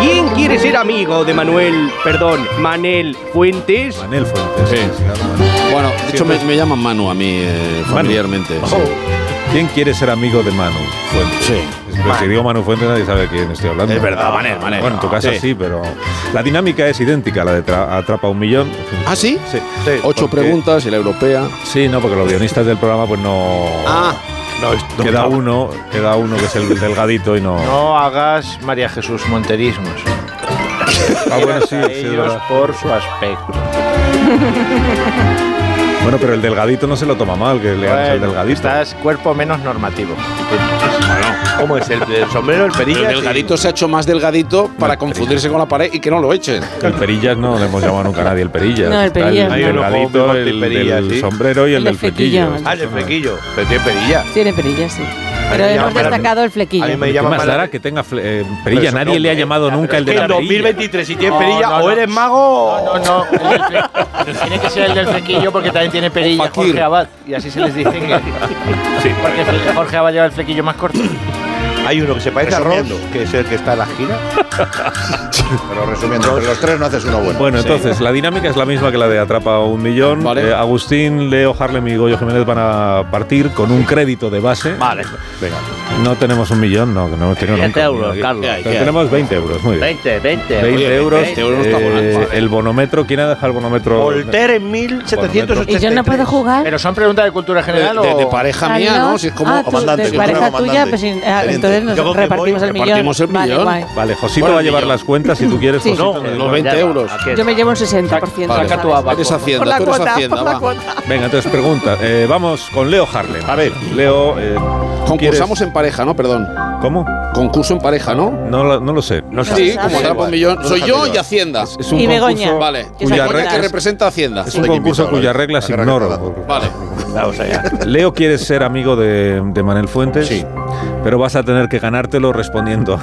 Speaker 9: ¿Quién quiere ser amigo de Manuel, perdón, Manel Fuentes?
Speaker 1: Manel Fuentes.
Speaker 4: Sí.
Speaker 1: claro, Manel.
Speaker 4: Bueno, de hecho me, me llaman Manu a mí eh, familiarmente.
Speaker 1: Oh.
Speaker 4: sí.
Speaker 1: ¿Quién quiere ser amigo de Manu Fuentes?
Speaker 4: Sí.
Speaker 1: Pero si digo Manu Fuentes nadie sabe de quién estoy hablando.
Speaker 4: Es verdad, Manel, Manel.
Speaker 1: Bueno, en tu casa
Speaker 4: Sí.
Speaker 1: sí, pero la dinámica es idéntica, la de tra- Atrapa un Millón.
Speaker 4: ¿Ah, sí?
Speaker 1: Sí.
Speaker 4: Ocho
Speaker 1: porque-
Speaker 4: preguntas y la europea.
Speaker 1: Sí, no, porque los guionistas del programa pues no...
Speaker 4: Ah,
Speaker 5: No, es- no,
Speaker 1: Queda
Speaker 5: no.
Speaker 1: uno, queda uno que es el delgadito y no.
Speaker 2: No hagas María Jesús Monterismos.
Speaker 1: Ah, bueno, sí, sí,
Speaker 2: A
Speaker 1: es
Speaker 2: ellos
Speaker 1: verdad.
Speaker 2: por su aspecto.
Speaker 1: Bueno, pero el delgadito no se lo toma mal, que le hagas el
Speaker 2: Bueno,
Speaker 1: delgadito.
Speaker 2: Estás cuerpo menos normativo.
Speaker 5: ¿Cómo es? pues, ¿El, el sombrero, el
Speaker 4: pero
Speaker 5: perilla?
Speaker 4: el Ah, delgadito se ha hecho más delgadito para confundirse con la pared y que no lo echen.
Speaker 1: El perillas no le hemos llamado nunca a nadie el perillas.
Speaker 6: No, el
Speaker 1: Está
Speaker 6: Perillas
Speaker 1: El
Speaker 5: no.
Speaker 1: delgadito,
Speaker 5: Hay uno
Speaker 1: el
Speaker 5: con perillas,
Speaker 1: del
Speaker 5: sí.
Speaker 1: sombrero y el,
Speaker 6: El
Speaker 1: del
Speaker 6: de flequillo.
Speaker 1: flequillo.
Speaker 5: Ah, el flequillo. Pero tiene perilla.
Speaker 6: Tiene perillas, sí. Pero
Speaker 5: me
Speaker 6: hemos
Speaker 5: llaman-
Speaker 6: destacado el
Speaker 5: a mí
Speaker 6: flequillo.
Speaker 5: me
Speaker 1: ¿Qué
Speaker 5: llaman
Speaker 1: más
Speaker 5: mal-
Speaker 1: dará que tenga fle- eh, perilla?
Speaker 5: Pero
Speaker 1: Nadie
Speaker 5: no,
Speaker 1: le ha llamado nunca el de
Speaker 5: Que en
Speaker 1: la perilla.
Speaker 5: 2023, si
Speaker 2: No,
Speaker 5: tienes perilla,
Speaker 2: no,
Speaker 5: o
Speaker 2: no.
Speaker 5: eres mago
Speaker 2: No,
Speaker 5: o.
Speaker 2: no, Tiene que ser el del flequillo porque también tiene perilla
Speaker 4: Fakir.
Speaker 2: Jorge Abad. Y así se les distingue.
Speaker 5: Sí,
Speaker 2: Porque Jorge Abad lleva el flequillo más corto.
Speaker 5: Hay uno que se parece a Ross,
Speaker 3: Resumiendo.
Speaker 5: que es el que está en la gira.
Speaker 3: Pero resumiendo, entre los tres no haces uno bueno.
Speaker 1: Bueno, entonces, la dinámica es la misma que la de Atrapa un Millón.
Speaker 4: Vale.
Speaker 1: Eh, Agustín, Leo, Harlem y Goyo Jiménez van a partir con un crédito de base.
Speaker 7: Vale,
Speaker 1: Venga. No tenemos un millón, no, que no tengo nunca.
Speaker 7: 20 euros,
Speaker 1: Pero
Speaker 7: Carlos.
Speaker 4: ¿Qué hay?
Speaker 1: tenemos 20 euros, muy bien.
Speaker 7: 20, 20.
Speaker 1: 20
Speaker 4: Oye,
Speaker 1: euros.
Speaker 4: 20 euros está
Speaker 1: eh,
Speaker 4: volando, vale.
Speaker 1: el bonometro, ¿quién ha dejado el bonometro?
Speaker 5: Voltaire en 1783.
Speaker 6: ¿Y yo no puedo jugar?
Speaker 2: Pero son preguntas de cultura
Speaker 4: De,
Speaker 2: general
Speaker 4: de-
Speaker 2: o.
Speaker 4: de pareja mía,
Speaker 6: Carlos,
Speaker 4: ¿no? Si es como
Speaker 6: ah, tú,
Speaker 3: comandante,
Speaker 6: de
Speaker 3: como
Speaker 6: pareja
Speaker 3: comandante.
Speaker 6: tuya, pues, sin- ah,
Speaker 3: Teniente.
Speaker 6: entonces nos
Speaker 5: Yo creo que
Speaker 6: repartimos
Speaker 5: voy,
Speaker 6: el millón.
Speaker 4: repartimos el
Speaker 6: Vale,
Speaker 4: millón.
Speaker 6: guay.
Speaker 1: Vale, Josito
Speaker 4: Bueno,
Speaker 1: va a llevar
Speaker 4: millón.
Speaker 1: las cuentas si tú quieres,
Speaker 6: Sí.
Speaker 1: Josito.
Speaker 6: No,
Speaker 4: los 20 euros.
Speaker 6: Yo me llevo un 60%.
Speaker 4: Vale.
Speaker 6: ¿sabes?
Speaker 4: Eres Hacienda,
Speaker 6: Por la
Speaker 4: tú eres
Speaker 6: cuota,
Speaker 4: Hacienda,
Speaker 6: por la
Speaker 4: va.
Speaker 6: cuota.
Speaker 1: Venga, entonces pregunta. Eh, vamos con Leo Harlem.
Speaker 3: A ver.
Speaker 1: Leo. eh,
Speaker 4: Concursamos en pareja, ¿no? Perdón.
Speaker 1: ¿quieres- ¿Cómo?
Speaker 4: Concurso en pareja, ¿no?
Speaker 1: No, lo- no lo sé.
Speaker 5: No sé.
Speaker 4: Sí,
Speaker 6: sabe.
Speaker 4: como atrapa un millón. Soy yo y Hacienda.
Speaker 1: Es un
Speaker 6: Y
Speaker 1: concurso-
Speaker 6: Begoña.
Speaker 4: Vale.
Speaker 6: Que se
Speaker 1: Cuya
Speaker 6: acuerda.
Speaker 1: re-
Speaker 4: que representa a Hacienda.
Speaker 1: Es un
Speaker 3: Hay que
Speaker 1: concurso
Speaker 3: invitarlo,
Speaker 1: cuyas
Speaker 3: ¿eh?
Speaker 1: reglas
Speaker 3: Habrá que
Speaker 1: ignoro.
Speaker 3: recordarlo.
Speaker 4: Vale.
Speaker 5: Vamos allá.
Speaker 1: Leo, ¿quieres ser amigo de, de Manel Fuentes?
Speaker 3: Sí.
Speaker 1: Pero vas a tener que ganártelo respondiendo.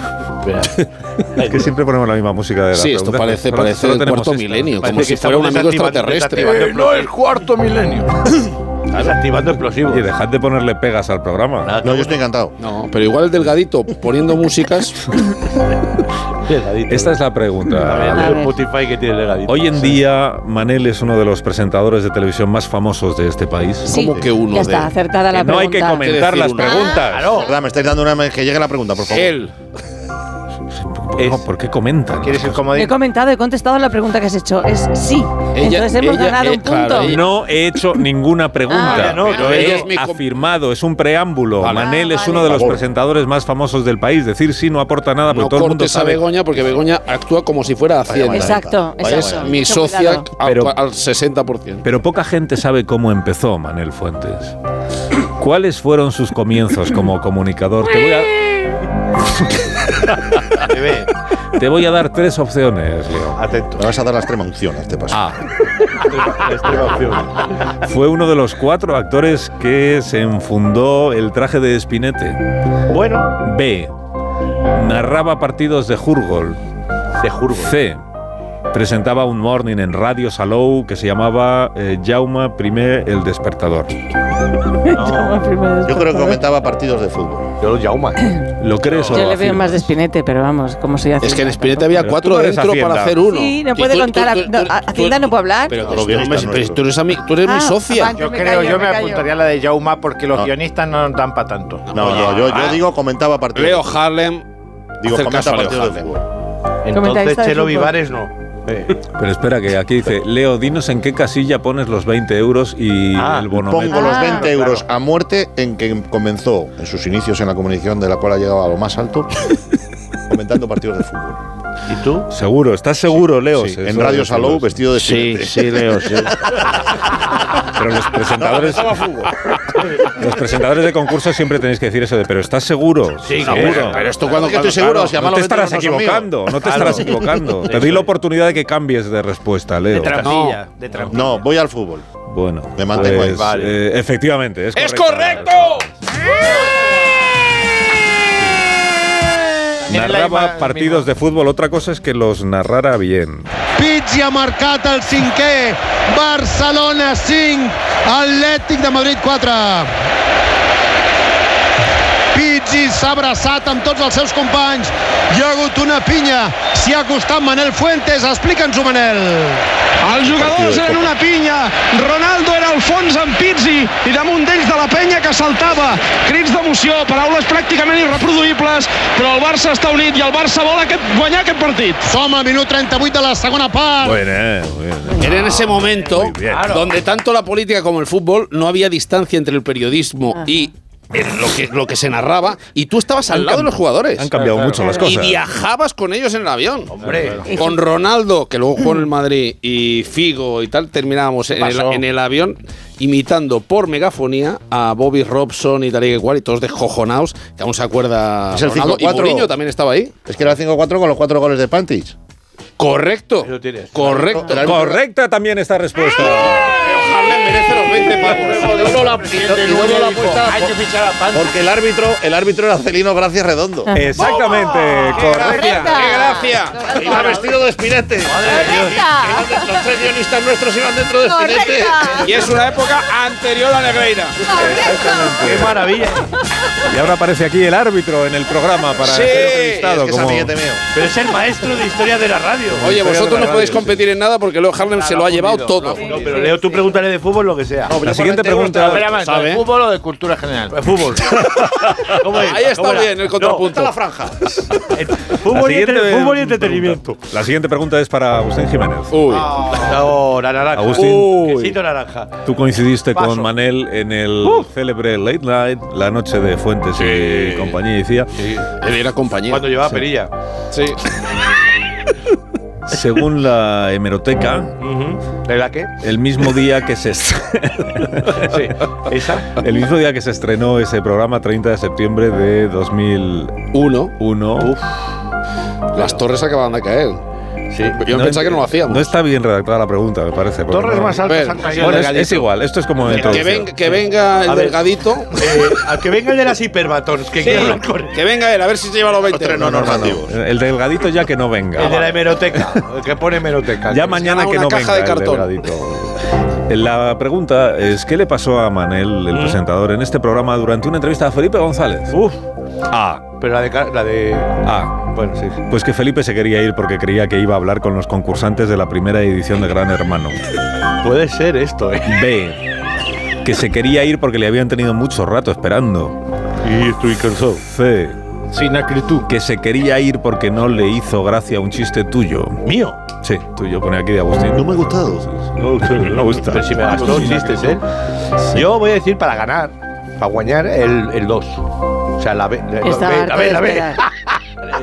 Speaker 1: es que siempre ponemos la misma música de la
Speaker 4: Sí, esto
Speaker 1: pregunta.
Speaker 4: parece,
Speaker 1: Solo-
Speaker 4: parece
Speaker 1: solo
Speaker 4: el
Speaker 1: tenemos
Speaker 4: cuarto
Speaker 1: esta.
Speaker 4: milenio,
Speaker 5: Parece
Speaker 4: como
Speaker 5: que
Speaker 4: si fuera un
Speaker 5: estamos
Speaker 4: amigo
Speaker 5: desactivando-
Speaker 4: extraterrestre.
Speaker 5: desactivando-
Speaker 4: Eh,
Speaker 5: no, el
Speaker 9: cuarto milenio.
Speaker 5: Desactivando explosivos.
Speaker 1: Oye, dejad de ponerle pegas al programa.
Speaker 2: Pues,
Speaker 5: Nada,
Speaker 3: No, yo estoy encantado.
Speaker 4: No, pero igual el delgadito poniendo músicas.
Speaker 5: delgadito.
Speaker 1: Esta es la pregunta.
Speaker 5: A
Speaker 6: A
Speaker 5: ver,
Speaker 6: ver.
Speaker 5: Spotify que tiene delgadito.
Speaker 1: Hoy en día, Manel es uno de los presentadores de televisión más famosos de este país.
Speaker 6: Sí,
Speaker 4: Como que uno
Speaker 6: Ya
Speaker 4: de-
Speaker 6: está, acertada la
Speaker 1: Que no hay que
Speaker 6: pregunta.
Speaker 1: comentar
Speaker 4: Hay que decir
Speaker 1: las
Speaker 4: una.
Speaker 1: preguntas.
Speaker 5: Claro.
Speaker 3: ¿Verdad? Me estáis dando una. Que llegue la pregunta,
Speaker 1: Ah,
Speaker 3: por favor.
Speaker 4: Él.
Speaker 1: No, ¿Por qué comentan?
Speaker 2: ¿Quieres el
Speaker 6: He
Speaker 2: comodín?
Speaker 6: comentado, he contestado la pregunta que has hecho. Es sí.
Speaker 4: Ella-
Speaker 6: Entonces hemos
Speaker 4: ella-
Speaker 6: ganado
Speaker 4: eh,
Speaker 6: un punto.
Speaker 4: claro, ella-
Speaker 1: No he hecho ninguna pregunta.
Speaker 6: Ah,
Speaker 5: no,
Speaker 1: pero
Speaker 5: pero
Speaker 1: he
Speaker 4: ella es mi com-
Speaker 1: afirmado, es un preámbulo.
Speaker 4: Vale.
Speaker 1: Manel
Speaker 6: Ah,
Speaker 1: es
Speaker 6: vale.
Speaker 1: uno de los
Speaker 3: Por favor.
Speaker 1: presentadores más famosos del país. Decir sí no aporta nada porque
Speaker 4: No
Speaker 1: todo el mundo
Speaker 4: cortes a
Speaker 1: sabe.
Speaker 4: Begoña porque Begoña actúa como si fuera Hacienda.
Speaker 3: Vaya,
Speaker 6: Exacto,
Speaker 3: Vaya,
Speaker 6: exacto.
Speaker 4: Es mi
Speaker 6: Mucho
Speaker 4: socia
Speaker 6: cuidado.
Speaker 4: al,
Speaker 1: Pero-
Speaker 4: al 60%.
Speaker 1: Pero poca gente sabe cómo empezó Manel Fuentes. ¿Cuáles fueron sus comienzos como comunicador? Te voy a,
Speaker 5: Bebé,
Speaker 1: te voy a dar tres opciones, Leo.
Speaker 5: Atento.
Speaker 3: Me vas a dar la extrema unción a este paso.
Speaker 1: Fue uno de los cuatro actores que se enfundó el traje de espinete.
Speaker 5: Bueno,
Speaker 1: B. Narraba partidos de Jurgol.
Speaker 5: te juro.
Speaker 1: C. Presentaba un morning en Radio Salou que se llamaba eh, Jauma I el Despertador.
Speaker 3: Yo creo que comentaba partidos de fútbol.
Speaker 5: Yo lo Yauma.
Speaker 1: ¿Lo crees o
Speaker 6: Yo
Speaker 1: lo
Speaker 6: le veo
Speaker 1: afirmas?
Speaker 6: más de espinete, pero vamos, como si
Speaker 4: Es que en Espinete
Speaker 1: Pero
Speaker 4: había
Speaker 1: tú
Speaker 4: cuatro
Speaker 1: no eres
Speaker 4: dentro
Speaker 1: Hacienda.
Speaker 4: para hacer uno.
Speaker 6: Sí, no
Speaker 4: Y
Speaker 6: puede
Speaker 4: tú-
Speaker 6: contar.
Speaker 4: tú-
Speaker 6: a- no,
Speaker 4: tú-
Speaker 6: a- Hacienda no puede hablar.
Speaker 4: Pero
Speaker 3: Los
Speaker 4: tú,
Speaker 3: guionistas
Speaker 4: hombre, pero
Speaker 3: nuestros.
Speaker 4: tú eres, a mí- tú eres mi
Speaker 6: Ah,
Speaker 4: socia.
Speaker 6: vale.
Speaker 2: Yo
Speaker 6: me
Speaker 2: creo,
Speaker 6: callo,
Speaker 2: yo me
Speaker 6: me callo.
Speaker 2: apuntaría a la de Jauma porque los
Speaker 3: No.
Speaker 2: guionistas no dan para tanto.
Speaker 3: No, no, yo, yo digo comentaba partidos.
Speaker 4: Leo Harlem.
Speaker 3: Digo
Speaker 4: hacer
Speaker 3: comenta
Speaker 4: caso a Leo
Speaker 3: partidos de
Speaker 4: Harlem.
Speaker 3: fútbol.
Speaker 5: Entonces,
Speaker 6: Comentarista de
Speaker 5: Chelo
Speaker 6: fútbol.
Speaker 5: Vivares no.
Speaker 1: Pero espera, que aquí dice, Leo, dinos en qué casilla pones los 20 euros y
Speaker 5: Ah,
Speaker 1: el bono
Speaker 3: Pongo los
Speaker 6: Ah,
Speaker 3: 20 euros a muerte en que comenzó en sus inicios en la comunicación de la cual ha llegado a lo más alto, comentando partidos de fútbol.
Speaker 5: ¿Y tú?
Speaker 1: Seguro, ¿estás seguro, Leo?
Speaker 3: Sí,
Speaker 1: Se-
Speaker 3: en
Speaker 1: eso
Speaker 3: Radio
Speaker 1: es-
Speaker 3: Salou, pues, vestido de
Speaker 5: Sí,
Speaker 3: sirete.
Speaker 5: sí, Leo, sí.
Speaker 1: Pero los presentadores, los presentadores de concursos siempre tenéis que decir eso de, pero ¿estás seguro?
Speaker 2: Sí,
Speaker 1: seguro.
Speaker 2: pero
Speaker 3: Esto cuando que estoy seguro, si a
Speaker 1: no
Speaker 3: malos
Speaker 1: te
Speaker 3: ventos
Speaker 1: estarás
Speaker 3: no son míos.
Speaker 1: equivocando, no te estarás equivocando. Te di la oportunidad de que cambies de respuesta, Leo.
Speaker 5: Trampilla, de trampilla.
Speaker 3: No, voy al fútbol.
Speaker 1: Bueno,
Speaker 3: Me mantengo ahí.
Speaker 1: pues, eh, efectivamente, es,
Speaker 4: ¡Es
Speaker 1: correcta.
Speaker 4: correcto!
Speaker 1: Narraba partidos de fútbol, otra cosa es que los narrara bien.
Speaker 7: Pizzi ha marcat el cinquè, Barcelona 5, Atlètic de Madrid 4. Pizzi s'ha abraçat amb tots els seus companys, hi ha hagut una pinya, s'hi ha acostat Manel Fuentes, explica'ns-ho Manel. Els jugadors eren una pinya, Ronaldo era el fons amb Pizzi i damunt d'ells de la penya que saltava, crits d'emoció, paraules pràcticament irreproduïbles, però el Barça està unit i el Barça vol aquest, guanyar aquest partit. Som al minut 38 de la segona part.
Speaker 1: Bueno, eh, bueno.
Speaker 4: Era en ese momento
Speaker 1: Muy bien.
Speaker 4: donde tanto la política como el fútbol no había distancia entre el periodismo y eh, lo que, lo que se narraba, y tú estabas al lado de los jugadores.
Speaker 1: Han cambiado mucho las
Speaker 4: Y
Speaker 1: cosas.
Speaker 4: viajabas con ellos en el avión. Hombre. Con Ronaldo, que luego jugó en el Madrid, y Figo y tal, terminábamos en el, en el avión imitando por megafonía a Bobby Robson y tal y que cual, y todos descojonados, que aún se acuerda
Speaker 3: Es el
Speaker 4: Ronaldo. Y
Speaker 3: 5-4.
Speaker 4: Mourinho también estaba ahí.
Speaker 3: Es que era 5-4 con los 4 goles de Pantic.
Speaker 4: Correcto. Correcto.
Speaker 3: El árbitro-
Speaker 1: Correcta también esta
Speaker 3: ¡Ah!
Speaker 1: respuesta.
Speaker 4: Ojalá merece los 20 pavos.
Speaker 5: Hay que fichar a Pan.
Speaker 3: Porque el árbitro, el árbitro era Celino Gracias Redondo.
Speaker 1: Ah. Exactamente, correcta.
Speaker 4: ¡Qué gracia!
Speaker 3: Iba vestido de espinete.
Speaker 6: ¡Correcta!
Speaker 3: Los tres guionistas nuestros iban dentro de espinete.
Speaker 6: ¡Correcta!
Speaker 4: Y es una época anterior a Negreira.
Speaker 6: ¡Correcta!
Speaker 5: ¡Qué maravilla!
Speaker 1: Y ahora aparece aquí el árbitro en el programa para
Speaker 4: Sí,
Speaker 1: ser
Speaker 3: Es
Speaker 1: entrevistado.
Speaker 3: que es
Speaker 1: como-
Speaker 3: amiguete mío.
Speaker 5: Pero es el maestro de historia de la radio.
Speaker 4: Oye,
Speaker 1: Historia de
Speaker 4: vosotros
Speaker 1: la
Speaker 4: no podéis
Speaker 1: radio,
Speaker 4: competir en nada porque luego Harlem se lo ha llevado todo.
Speaker 5: No, pero Leo, tú pregúntale de fútbol lo que sea.
Speaker 1: La siguiente
Speaker 5: A
Speaker 1: pregunta.
Speaker 5: ver, Amanda,
Speaker 4: ¿sabe?
Speaker 5: ¿de fútbol o de cultura general? De fútbol. ¿Cómo es?
Speaker 4: Ahí está
Speaker 5: ¿Cómo era?
Speaker 4: bien el contrapunto.
Speaker 3: franja.
Speaker 5: No, el
Speaker 1: La
Speaker 5: fútbol, y
Speaker 1: siguiente
Speaker 5: entre- fútbol y
Speaker 1: pregunta.
Speaker 5: entretenimiento.
Speaker 1: La siguiente pregunta es para Agustín Jiménez.
Speaker 4: Uy.
Speaker 5: No, la naranja.
Speaker 1: Agustín.
Speaker 5: Uy. Quesito naranja.
Speaker 1: Tú coincidiste
Speaker 5: Paso.
Speaker 1: con Manel en el célebre Late Night, la noche de Fuentes
Speaker 4: Sí.
Speaker 1: y compañía, decía.
Speaker 4: Él era compañero.
Speaker 5: Cuando llevaba perilla.
Speaker 4: Sí.
Speaker 1: Según la hemeroteca,
Speaker 5: ¿De la qué?
Speaker 1: el mismo día que se est-
Speaker 5: Sí. ¿Esa?
Speaker 1: el mismo día que se estrenó ese programa, 30 de septiembre de 2001,
Speaker 4: Uno, las torres acababan de caer.
Speaker 5: Sí.
Speaker 4: Yo
Speaker 1: No
Speaker 4: pensaba que no lo
Speaker 1: No
Speaker 4: hacíamos.
Speaker 1: está bien redactada la pregunta, me parece. porque
Speaker 5: Torres
Speaker 1: no-
Speaker 5: más altas
Speaker 4: Bueno,
Speaker 5: han caído
Speaker 1: Bueno,
Speaker 5: de
Speaker 1: es,
Speaker 5: Galicia.
Speaker 1: es igual, esto es como
Speaker 4: Que,
Speaker 1: introducción.
Speaker 4: venga, que venga el
Speaker 5: A ver.
Speaker 4: delgadito.
Speaker 5: Eh, al que venga el de las hiperbatons, que quiero hablar con él.
Speaker 4: Que venga él, a ver si se lleva los 20.
Speaker 3: Tres no normativos.
Speaker 1: El delgadito ya que no venga.
Speaker 5: El de la hemeroteca, el que pone hemeroteca.
Speaker 1: Ya
Speaker 5: Que-
Speaker 1: mañana
Speaker 4: una
Speaker 1: que no
Speaker 4: caja
Speaker 1: venga
Speaker 4: de
Speaker 1: el
Speaker 4: cartón.
Speaker 1: delgadito. La pregunta es, ¿qué le pasó a Manel, el presentador, en este programa durante una entrevista a Felipe González?
Speaker 5: Uf,
Speaker 1: Ah,
Speaker 5: pero la de. ca- La de
Speaker 1: ah.
Speaker 5: bueno, sí.
Speaker 1: Pues que Felipe se quería ir porque creía que iba a hablar con los concursantes de la primera edición de Gran Hermano.
Speaker 5: Puede ser esto, ¿eh?
Speaker 1: B. Que se quería ir porque le habían tenido mucho rato esperando.
Speaker 5: Y estoy cansado.
Speaker 1: C.
Speaker 5: Sin acritud.
Speaker 1: Que se quería ir porque no le hizo gracia un chiste tuyo.
Speaker 5: Mío.
Speaker 1: Sí, tuyo, pone aquí de Agustín.
Speaker 3: No me ha gustado.
Speaker 1: No, no me gusta.
Speaker 5: Pero si me gastó chistes, ¿eh? Yo voy a decir para ganar, para guañar, el 2. o sea, la B. La, B,
Speaker 6: Está
Speaker 5: la
Speaker 6: harto de
Speaker 5: B, la B.
Speaker 6: esperar.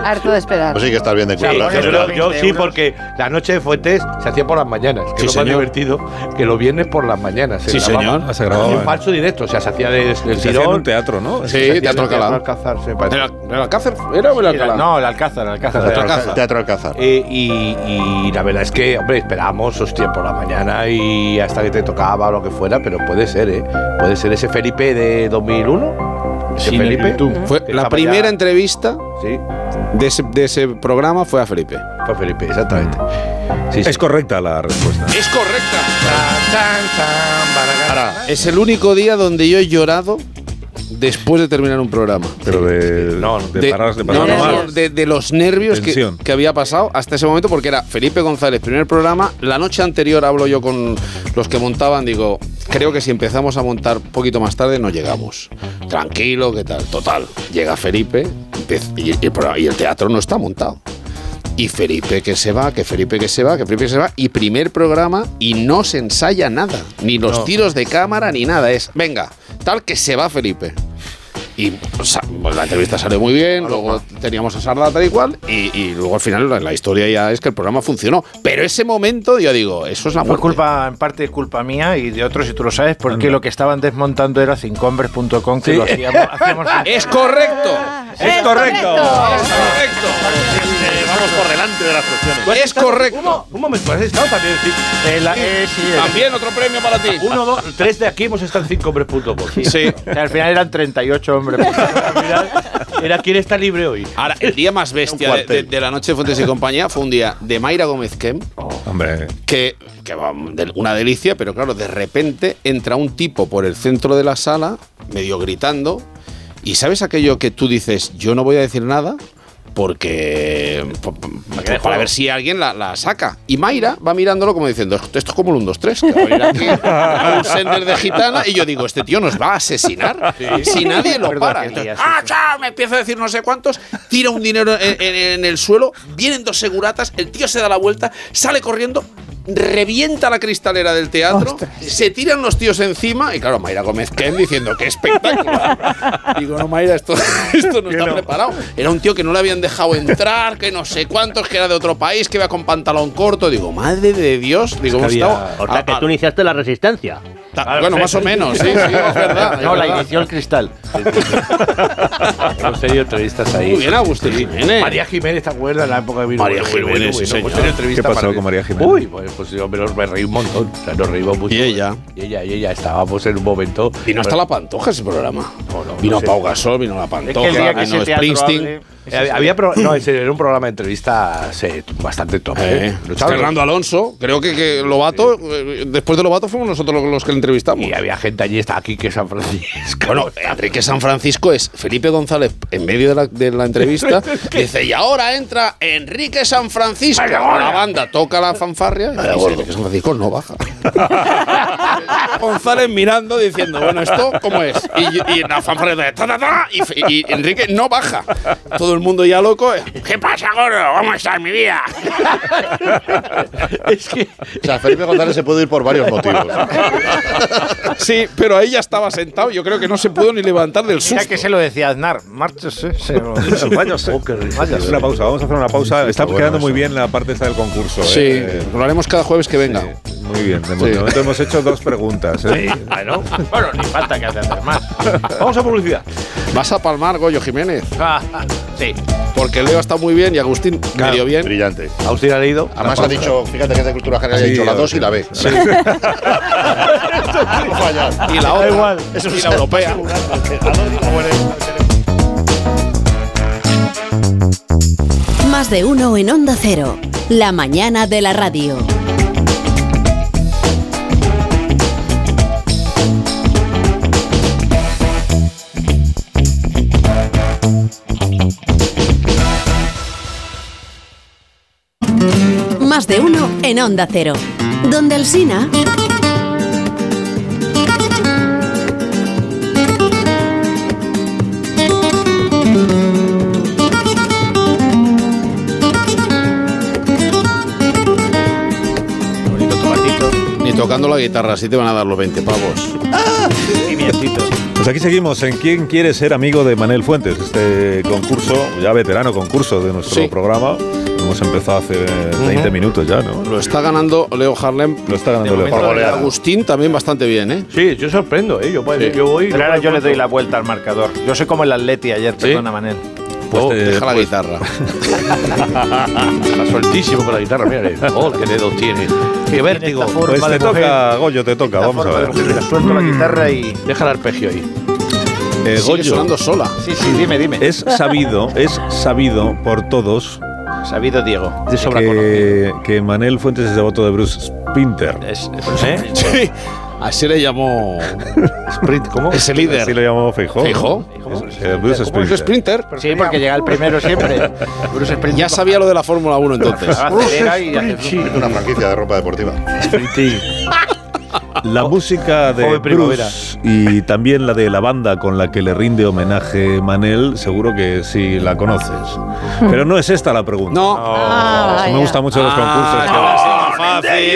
Speaker 6: Harto de esperar.
Speaker 3: Pues sí que estás bien de
Speaker 5: Sí,
Speaker 3: cultura.
Speaker 5: yo,
Speaker 3: general.
Speaker 5: yo sí, porque la noche de Fuentes se hacía por las mañanas, que
Speaker 4: Sí,
Speaker 5: es lo más
Speaker 4: señor.
Speaker 5: divertido, que los viernes por las mañanas. se
Speaker 4: Sí,
Speaker 5: grababa.
Speaker 4: señor.
Speaker 1: Ah, se
Speaker 5: Y
Speaker 1: grababa.
Speaker 5: un falso directo, o sea, se hacía de, del
Speaker 1: Se hacía en un
Speaker 5: tirón.
Speaker 1: teatro, ¿no?
Speaker 4: Sí, Teatro
Speaker 5: Alcalá.
Speaker 4: Alcalá. ¿Era el Alcácer? ¿Era o el Alcalá?
Speaker 5: No, el Alcázar, el Alcázar.
Speaker 4: Teatro
Speaker 5: Alcázar.
Speaker 4: Alcázar.
Speaker 3: Teatro Alcázar.
Speaker 5: Eh, y, y la verdad es que, hombre, esperábamos, hostia, por la mañana y hasta que te tocaba o lo que fuera, pero puede ser, ¿eh? Puede ser ese Felipe de 2001. Ese Felipe.
Speaker 4: Fue
Speaker 5: Que
Speaker 4: la
Speaker 5: estaba
Speaker 4: primera
Speaker 5: ya-
Speaker 4: entrevista
Speaker 5: Sí,
Speaker 4: de ese, de ese programa fue a Felipe.
Speaker 5: fue Felipe, exactamente. Sí, sí.
Speaker 1: Es correcta la respuesta.
Speaker 4: Es correcta.
Speaker 5: Tan, tan, tan, baragán.
Speaker 3: Ahora,
Speaker 4: Es el único día donde yo he llorado después de terminar un programa.
Speaker 1: Pero de,
Speaker 5: No,
Speaker 1: de, parar, de parar
Speaker 4: no, no,
Speaker 1: mal.
Speaker 4: no, de- de los nervios que,
Speaker 1: Tensión.
Speaker 4: que había pasado hasta ese momento, porque era Felipe González, primer programa. La noche anterior hablo yo con los que montaban, digo, creo que si empezamos a montar un poquito más tarde no llegamos. Tranquilo, ¿qué tal? Total. Llega Felipe empie- y, y el programa- y el teatro no está montado. Y Felipe que se va, que Felipe que se va, que Felipe que se va. Y primer programa y no se ensaya nada. Ni los tiros de cámara ni nada. Es, venga, tal que se va Felipe. Y o sea, pues, la entrevista salió muy bien, luego teníamos a Sarda tal y cual, y, y luego al final la, la historia ya es que el programa funcionó. Pero ese momento, yo digo, eso es la
Speaker 10: Fue
Speaker 4: muerte.
Speaker 10: culpa, en parte culpa mía y de otros, si tú lo sabes, porque lo que estaban desmontando era cincombres.com, que lo hacíamos.
Speaker 4: es correcto.
Speaker 10: Es correcto.
Speaker 2: Vamos por delante de las cuestiones.
Speaker 4: Es correcto.
Speaker 5: Un, momento, has estado también. Sí, Eh, la- eh, sí, eh.
Speaker 4: También otro premio para ti.
Speaker 5: Uno, dos, tres de aquí hemos estado en cinco hombres punto com.
Speaker 4: Sí.
Speaker 10: Que al final eran 38 hombres.
Speaker 5: Era quién está libre hoy.
Speaker 4: Ahora, el día más bestia de, de- de la noche de Fuentes y Compañía fue un día de Mayra Gómez Kem,
Speaker 1: Hombre,
Speaker 4: que, que va, de- una delicia, pero claro, de repente entra un tipo por el centro de la sala, medio gritando, y ¿sabes aquello que tú dices, yo no voy a decir nada? Porque. po- po- Para, ver si alguien la, la saca. Y Mayra va mirándolo como diciendo: Esto es como el 1, 2, 3. Que va a venir aquí un sender de gitana. Y yo digo: Este tío nos va a asesinar. Si nadie lo
Speaker 10: Recuerdo
Speaker 4: para.
Speaker 10: aquel día,
Speaker 4: Entonces, ¡Ah, chao! Me empieza a decir no sé cuántos. Tira un dinero en, en- en el suelo. Vienen dos seguratas. El tío se da la vuelta. Sale corriendo. Revienta la cristalera del teatro. Se tiran los tíos encima. Y claro, Mayra Gómez Ken diciendo: ¡Qué espectáculo! Digo, no, Mayra, esto, esto no está preparado. Era un tío que no le habían dejado entrar, que no sé cuántos, que era de otro país, que iba con pantalón corto. Digo, madre de Dios. Digo, hemos estado-
Speaker 7: O sea, que
Speaker 4: a- a-
Speaker 7: tú iniciaste la resistencia.
Speaker 4: ta- bueno, más o menos, sí, sí, es verdad.
Speaker 9: No,
Speaker 4: es
Speaker 9: la
Speaker 4: verdad.
Speaker 9: inició el cristal.
Speaker 5: Hemos tenido entrevistas ahí.
Speaker 4: Muy bien, Agustín Jiménez.
Speaker 5: María Jiménez, ¿te acuerdas la época de Eh, Bilbao?
Speaker 4: María Jiménez, sí, señor.
Speaker 5: Hemos tenido pues entrevista
Speaker 1: ¿Qué pasó
Speaker 5: para-
Speaker 1: con María Jiménez?
Speaker 5: Uy, pues, pues yo me, los- me reí un montón. O sea, nos reímos mucho.
Speaker 4: Y ella.
Speaker 5: Y ella, y ella. Estábamos en un momento. Eh,
Speaker 4: Vino hasta la pantoja ese programa.
Speaker 5: no, no
Speaker 4: vino
Speaker 5: sé.
Speaker 4: Pau Gasol, vino la pantoja,
Speaker 10: el día que
Speaker 4: vino
Speaker 10: ese teatro
Speaker 4: Springsteen.
Speaker 10: abre-
Speaker 5: Eh, había- había pro- no, en serio, era un programa de entrevistas eh, bastante top.
Speaker 4: Eh,
Speaker 5: ¿eh? Luchaban los-
Speaker 4: Fernando Alonso, creo que, que Lobato, eh, después de Lobato fuimos nosotros los, los que le entrevistamos.
Speaker 5: Y había gente allí, está aquí que San Francisco.
Speaker 4: Bueno, Enrique San Francisco es Felipe González en medio de la, de la entrevista. dice, y ahora entra Enrique San Francisco. La banda toca la fanfarria. Y dice, Enrique San Francisco no baja. González mirando diciendo, bueno, ¿esto cómo es? Y, y la fanfarria ta, ta, ta, y, Fe- y Enrique no baja. Todo el mundo ya loco. ¿Qué pasa, gordo? ¿Cómo está mi vida?
Speaker 3: O sea, Felipe González se puede ir por varios motivos.
Speaker 4: Sí, pero ahí ya estaba sentado. Yo creo que no se pudo ni levantar del
Speaker 10: Mira
Speaker 4: susto.
Speaker 10: que se lo decía Aznar. Márchese. Se lo-
Speaker 1: Váyase.
Speaker 10: Váyase.
Speaker 1: Una pausa, vamos a hacer una pausa. Está
Speaker 3: bueno
Speaker 1: quedando
Speaker 3: eso.
Speaker 1: muy bien la parte esta del concurso.
Speaker 4: Sí,
Speaker 1: eh.
Speaker 4: lo haremos cada jueves que venga.
Speaker 1: Sí, Muy bien, de momento hemos hecho dos preguntas. ¿eh?
Speaker 5: Bueno,
Speaker 10: Bueno, ni falta que hace hacer más.
Speaker 5: vamos a publicidad.
Speaker 4: Vas a palmar, Goyo Jiménez.
Speaker 10: Ah, sí.
Speaker 4: Porque Leo está muy bien y Agustín medio bien.
Speaker 3: Brillante.
Speaker 5: Agustín ha leído.
Speaker 3: Además ha dicho, fíjate que es de cultura general, ha
Speaker 1: Sí,
Speaker 3: dicho la 2 y la B. No fallas.
Speaker 4: Y la otra.
Speaker 10: igual.
Speaker 4: Es y la europea.
Speaker 8: Más de uno en Onda Cero. La mañana de la radio. Más de uno en Onda Cero. Donde el Sina.
Speaker 4: Ni tocando la guitarra, así te van a dar los 20 pavos.
Speaker 1: Pues aquí seguimos en ¿Quién quiere ser amigo de Manel Fuentes? Este concurso, ya veterano concurso de nuestro
Speaker 4: Sí.
Speaker 1: programa. Hemos empezado hace eh, 20 minutos ya, ¿no?
Speaker 4: Lo está ganando Leo Harlem.
Speaker 1: Lo está ganando Leo
Speaker 10: momento,
Speaker 1: Harlem.
Speaker 10: goleada.
Speaker 4: Agustín también bastante bien, ¿eh?
Speaker 5: Sí, yo sorprendo, ¿eh? Yo, puedo decir, yo voy.
Speaker 10: Pero ahora yo le doy la vuelta al marcador. Yo soy como el Atleti ayer, perdona, Manel.
Speaker 1: Pues te-
Speaker 4: Deja la guitarra.
Speaker 5: Está sueltísimo con la guitarra, mira. eh. Oh, qué dedos tiene. Qué vértigo.
Speaker 10: esta forma
Speaker 1: pues te
Speaker 10: de coger-
Speaker 1: toca, Goyo, te toca,
Speaker 10: esta
Speaker 1: vamos a
Speaker 10: forma de
Speaker 1: ver. Mm.
Speaker 10: coger. Suelto la guitarra y.
Speaker 5: Deja el arpegio ahí.
Speaker 1: Eh,
Speaker 4: Sigue
Speaker 1: Goyo,
Speaker 4: sonando sola.
Speaker 10: Sí, sí, dime, dime.
Speaker 1: es sabido, es sabido por todos
Speaker 10: Sabido Diego.
Speaker 5: De sobra conocido.
Speaker 1: que, que Manel Fuentes es devoto de Bruce Sprinter.
Speaker 10: Es, es- ¿eh?
Speaker 4: Sí. Así le llamó
Speaker 1: Pues
Speaker 5: Sprint, ¿cómo?
Speaker 4: ese
Speaker 1: Así
Speaker 4: líder.
Speaker 1: lo llamó Feijó.
Speaker 4: Feijó.
Speaker 1: Es- eh, Bruce
Speaker 4: Bruce
Speaker 1: Sprinter.
Speaker 4: Sprinter.
Speaker 10: Sí, porque llega el primero siempre. Bruce Springsteen
Speaker 4: Ya sabía lo de la Fórmula
Speaker 1: Ah,
Speaker 4: 1 entonces.
Speaker 10: acelera y hace-
Speaker 3: Es una franquicia de ropa deportiva.
Speaker 5: Sprinting.
Speaker 1: La
Speaker 4: Oh.
Speaker 1: música de
Speaker 5: Joven primavera.
Speaker 1: Bruce y también la de la banda con la que le rinde homenaje Manel, seguro que sí la conoces. Pero no es esta la pregunta.
Speaker 4: No. Ah,
Speaker 1: Sí
Speaker 8: Ah,
Speaker 1: me gustan mucho los concursos. que-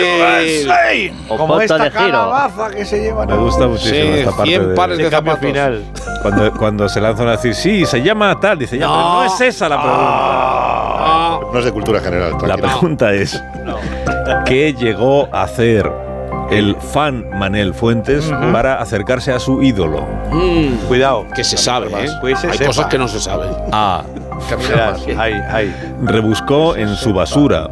Speaker 5: Como esta
Speaker 7: calabaza que se lleva.
Speaker 1: Me gusta muchísimo
Speaker 4: Sí,
Speaker 1: esta parte
Speaker 4: 100
Speaker 1: de,
Speaker 4: pares de zapatos.
Speaker 1: final. Cuando, cuando se lanzan a decir, sí, se llama tal, dice, ya, pero no, Ah. es esa la pregunta.
Speaker 3: No es de cultura general.
Speaker 1: La pregunta es, ¿qué llegó a hacer el fan Manel Fuentes para acercarse a su ídolo?
Speaker 5: Cuidado.
Speaker 4: Ah, Que se sabe, ¿eh?
Speaker 5: mm. Pues se
Speaker 4: Hay
Speaker 5: sepa.
Speaker 4: cosas que no se saben.
Speaker 1: A.
Speaker 5: Verás, ahí, ahí.
Speaker 1: Rebuscó en su basura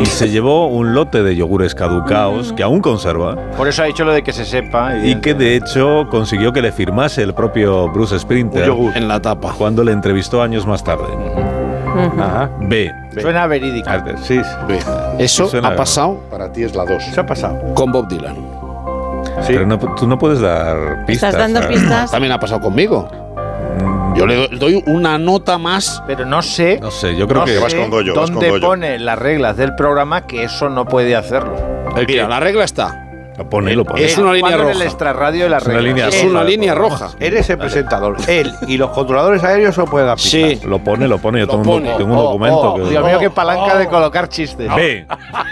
Speaker 1: y se llevó un lote de yogures caducaos que aún conserva.
Speaker 2: Por eso ha dicho lo de que se sepa.
Speaker 1: Y que de hecho consiguió que le firmase el propio Bruce Sprinter
Speaker 4: en la tapa
Speaker 1: cuando le entrevistó años más tarde.
Speaker 5: Ajá.
Speaker 1: B.
Speaker 2: Suena verídica.
Speaker 1: Arte- Sí,
Speaker 4: Eso
Speaker 1: Suena
Speaker 4: ha
Speaker 1: bien.
Speaker 4: pasado
Speaker 3: Para ti es la 2.
Speaker 5: Se ha pasado.
Speaker 4: con Bob Dylan.
Speaker 5: Sí.
Speaker 1: Pero no, tú no puedes dar pistas.
Speaker 6: Estás dando
Speaker 1: ¿sabes?
Speaker 6: pistas.
Speaker 4: También ha pasado conmigo. Yo le doy- doy una nota más.
Speaker 2: Pero no sé.
Speaker 1: No sé, yo creo
Speaker 2: no
Speaker 1: que
Speaker 2: sé
Speaker 3: vas con Goyo, vas con
Speaker 2: ¿Dónde
Speaker 3: Goyo.
Speaker 2: pone las reglas del programa que eso no puede hacerlo?
Speaker 4: Mira, la regla está.
Speaker 1: lo pone, lo pone.
Speaker 2: Eh,
Speaker 4: Es una línea
Speaker 2: Cuando en
Speaker 4: roja.
Speaker 2: el extrarradio de las
Speaker 1: Es una
Speaker 2: reglas.
Speaker 1: línea
Speaker 4: Es
Speaker 1: roja,
Speaker 4: una
Speaker 1: lo
Speaker 4: línea
Speaker 1: pone.
Speaker 4: roja.
Speaker 5: Eres el presentador. Él y los controladores aéreos no pueden dar pistas.
Speaker 4: Sí.
Speaker 1: Lo pone, lo pone. Yo
Speaker 4: Lo
Speaker 1: tengo, un docu-
Speaker 4: pone.
Speaker 1: tengo un
Speaker 2: Oh,
Speaker 1: documento.
Speaker 2: oh,
Speaker 1: que-
Speaker 2: Dios mío, qué palanca de colocar chistes.
Speaker 1: B.
Speaker 5: Ah,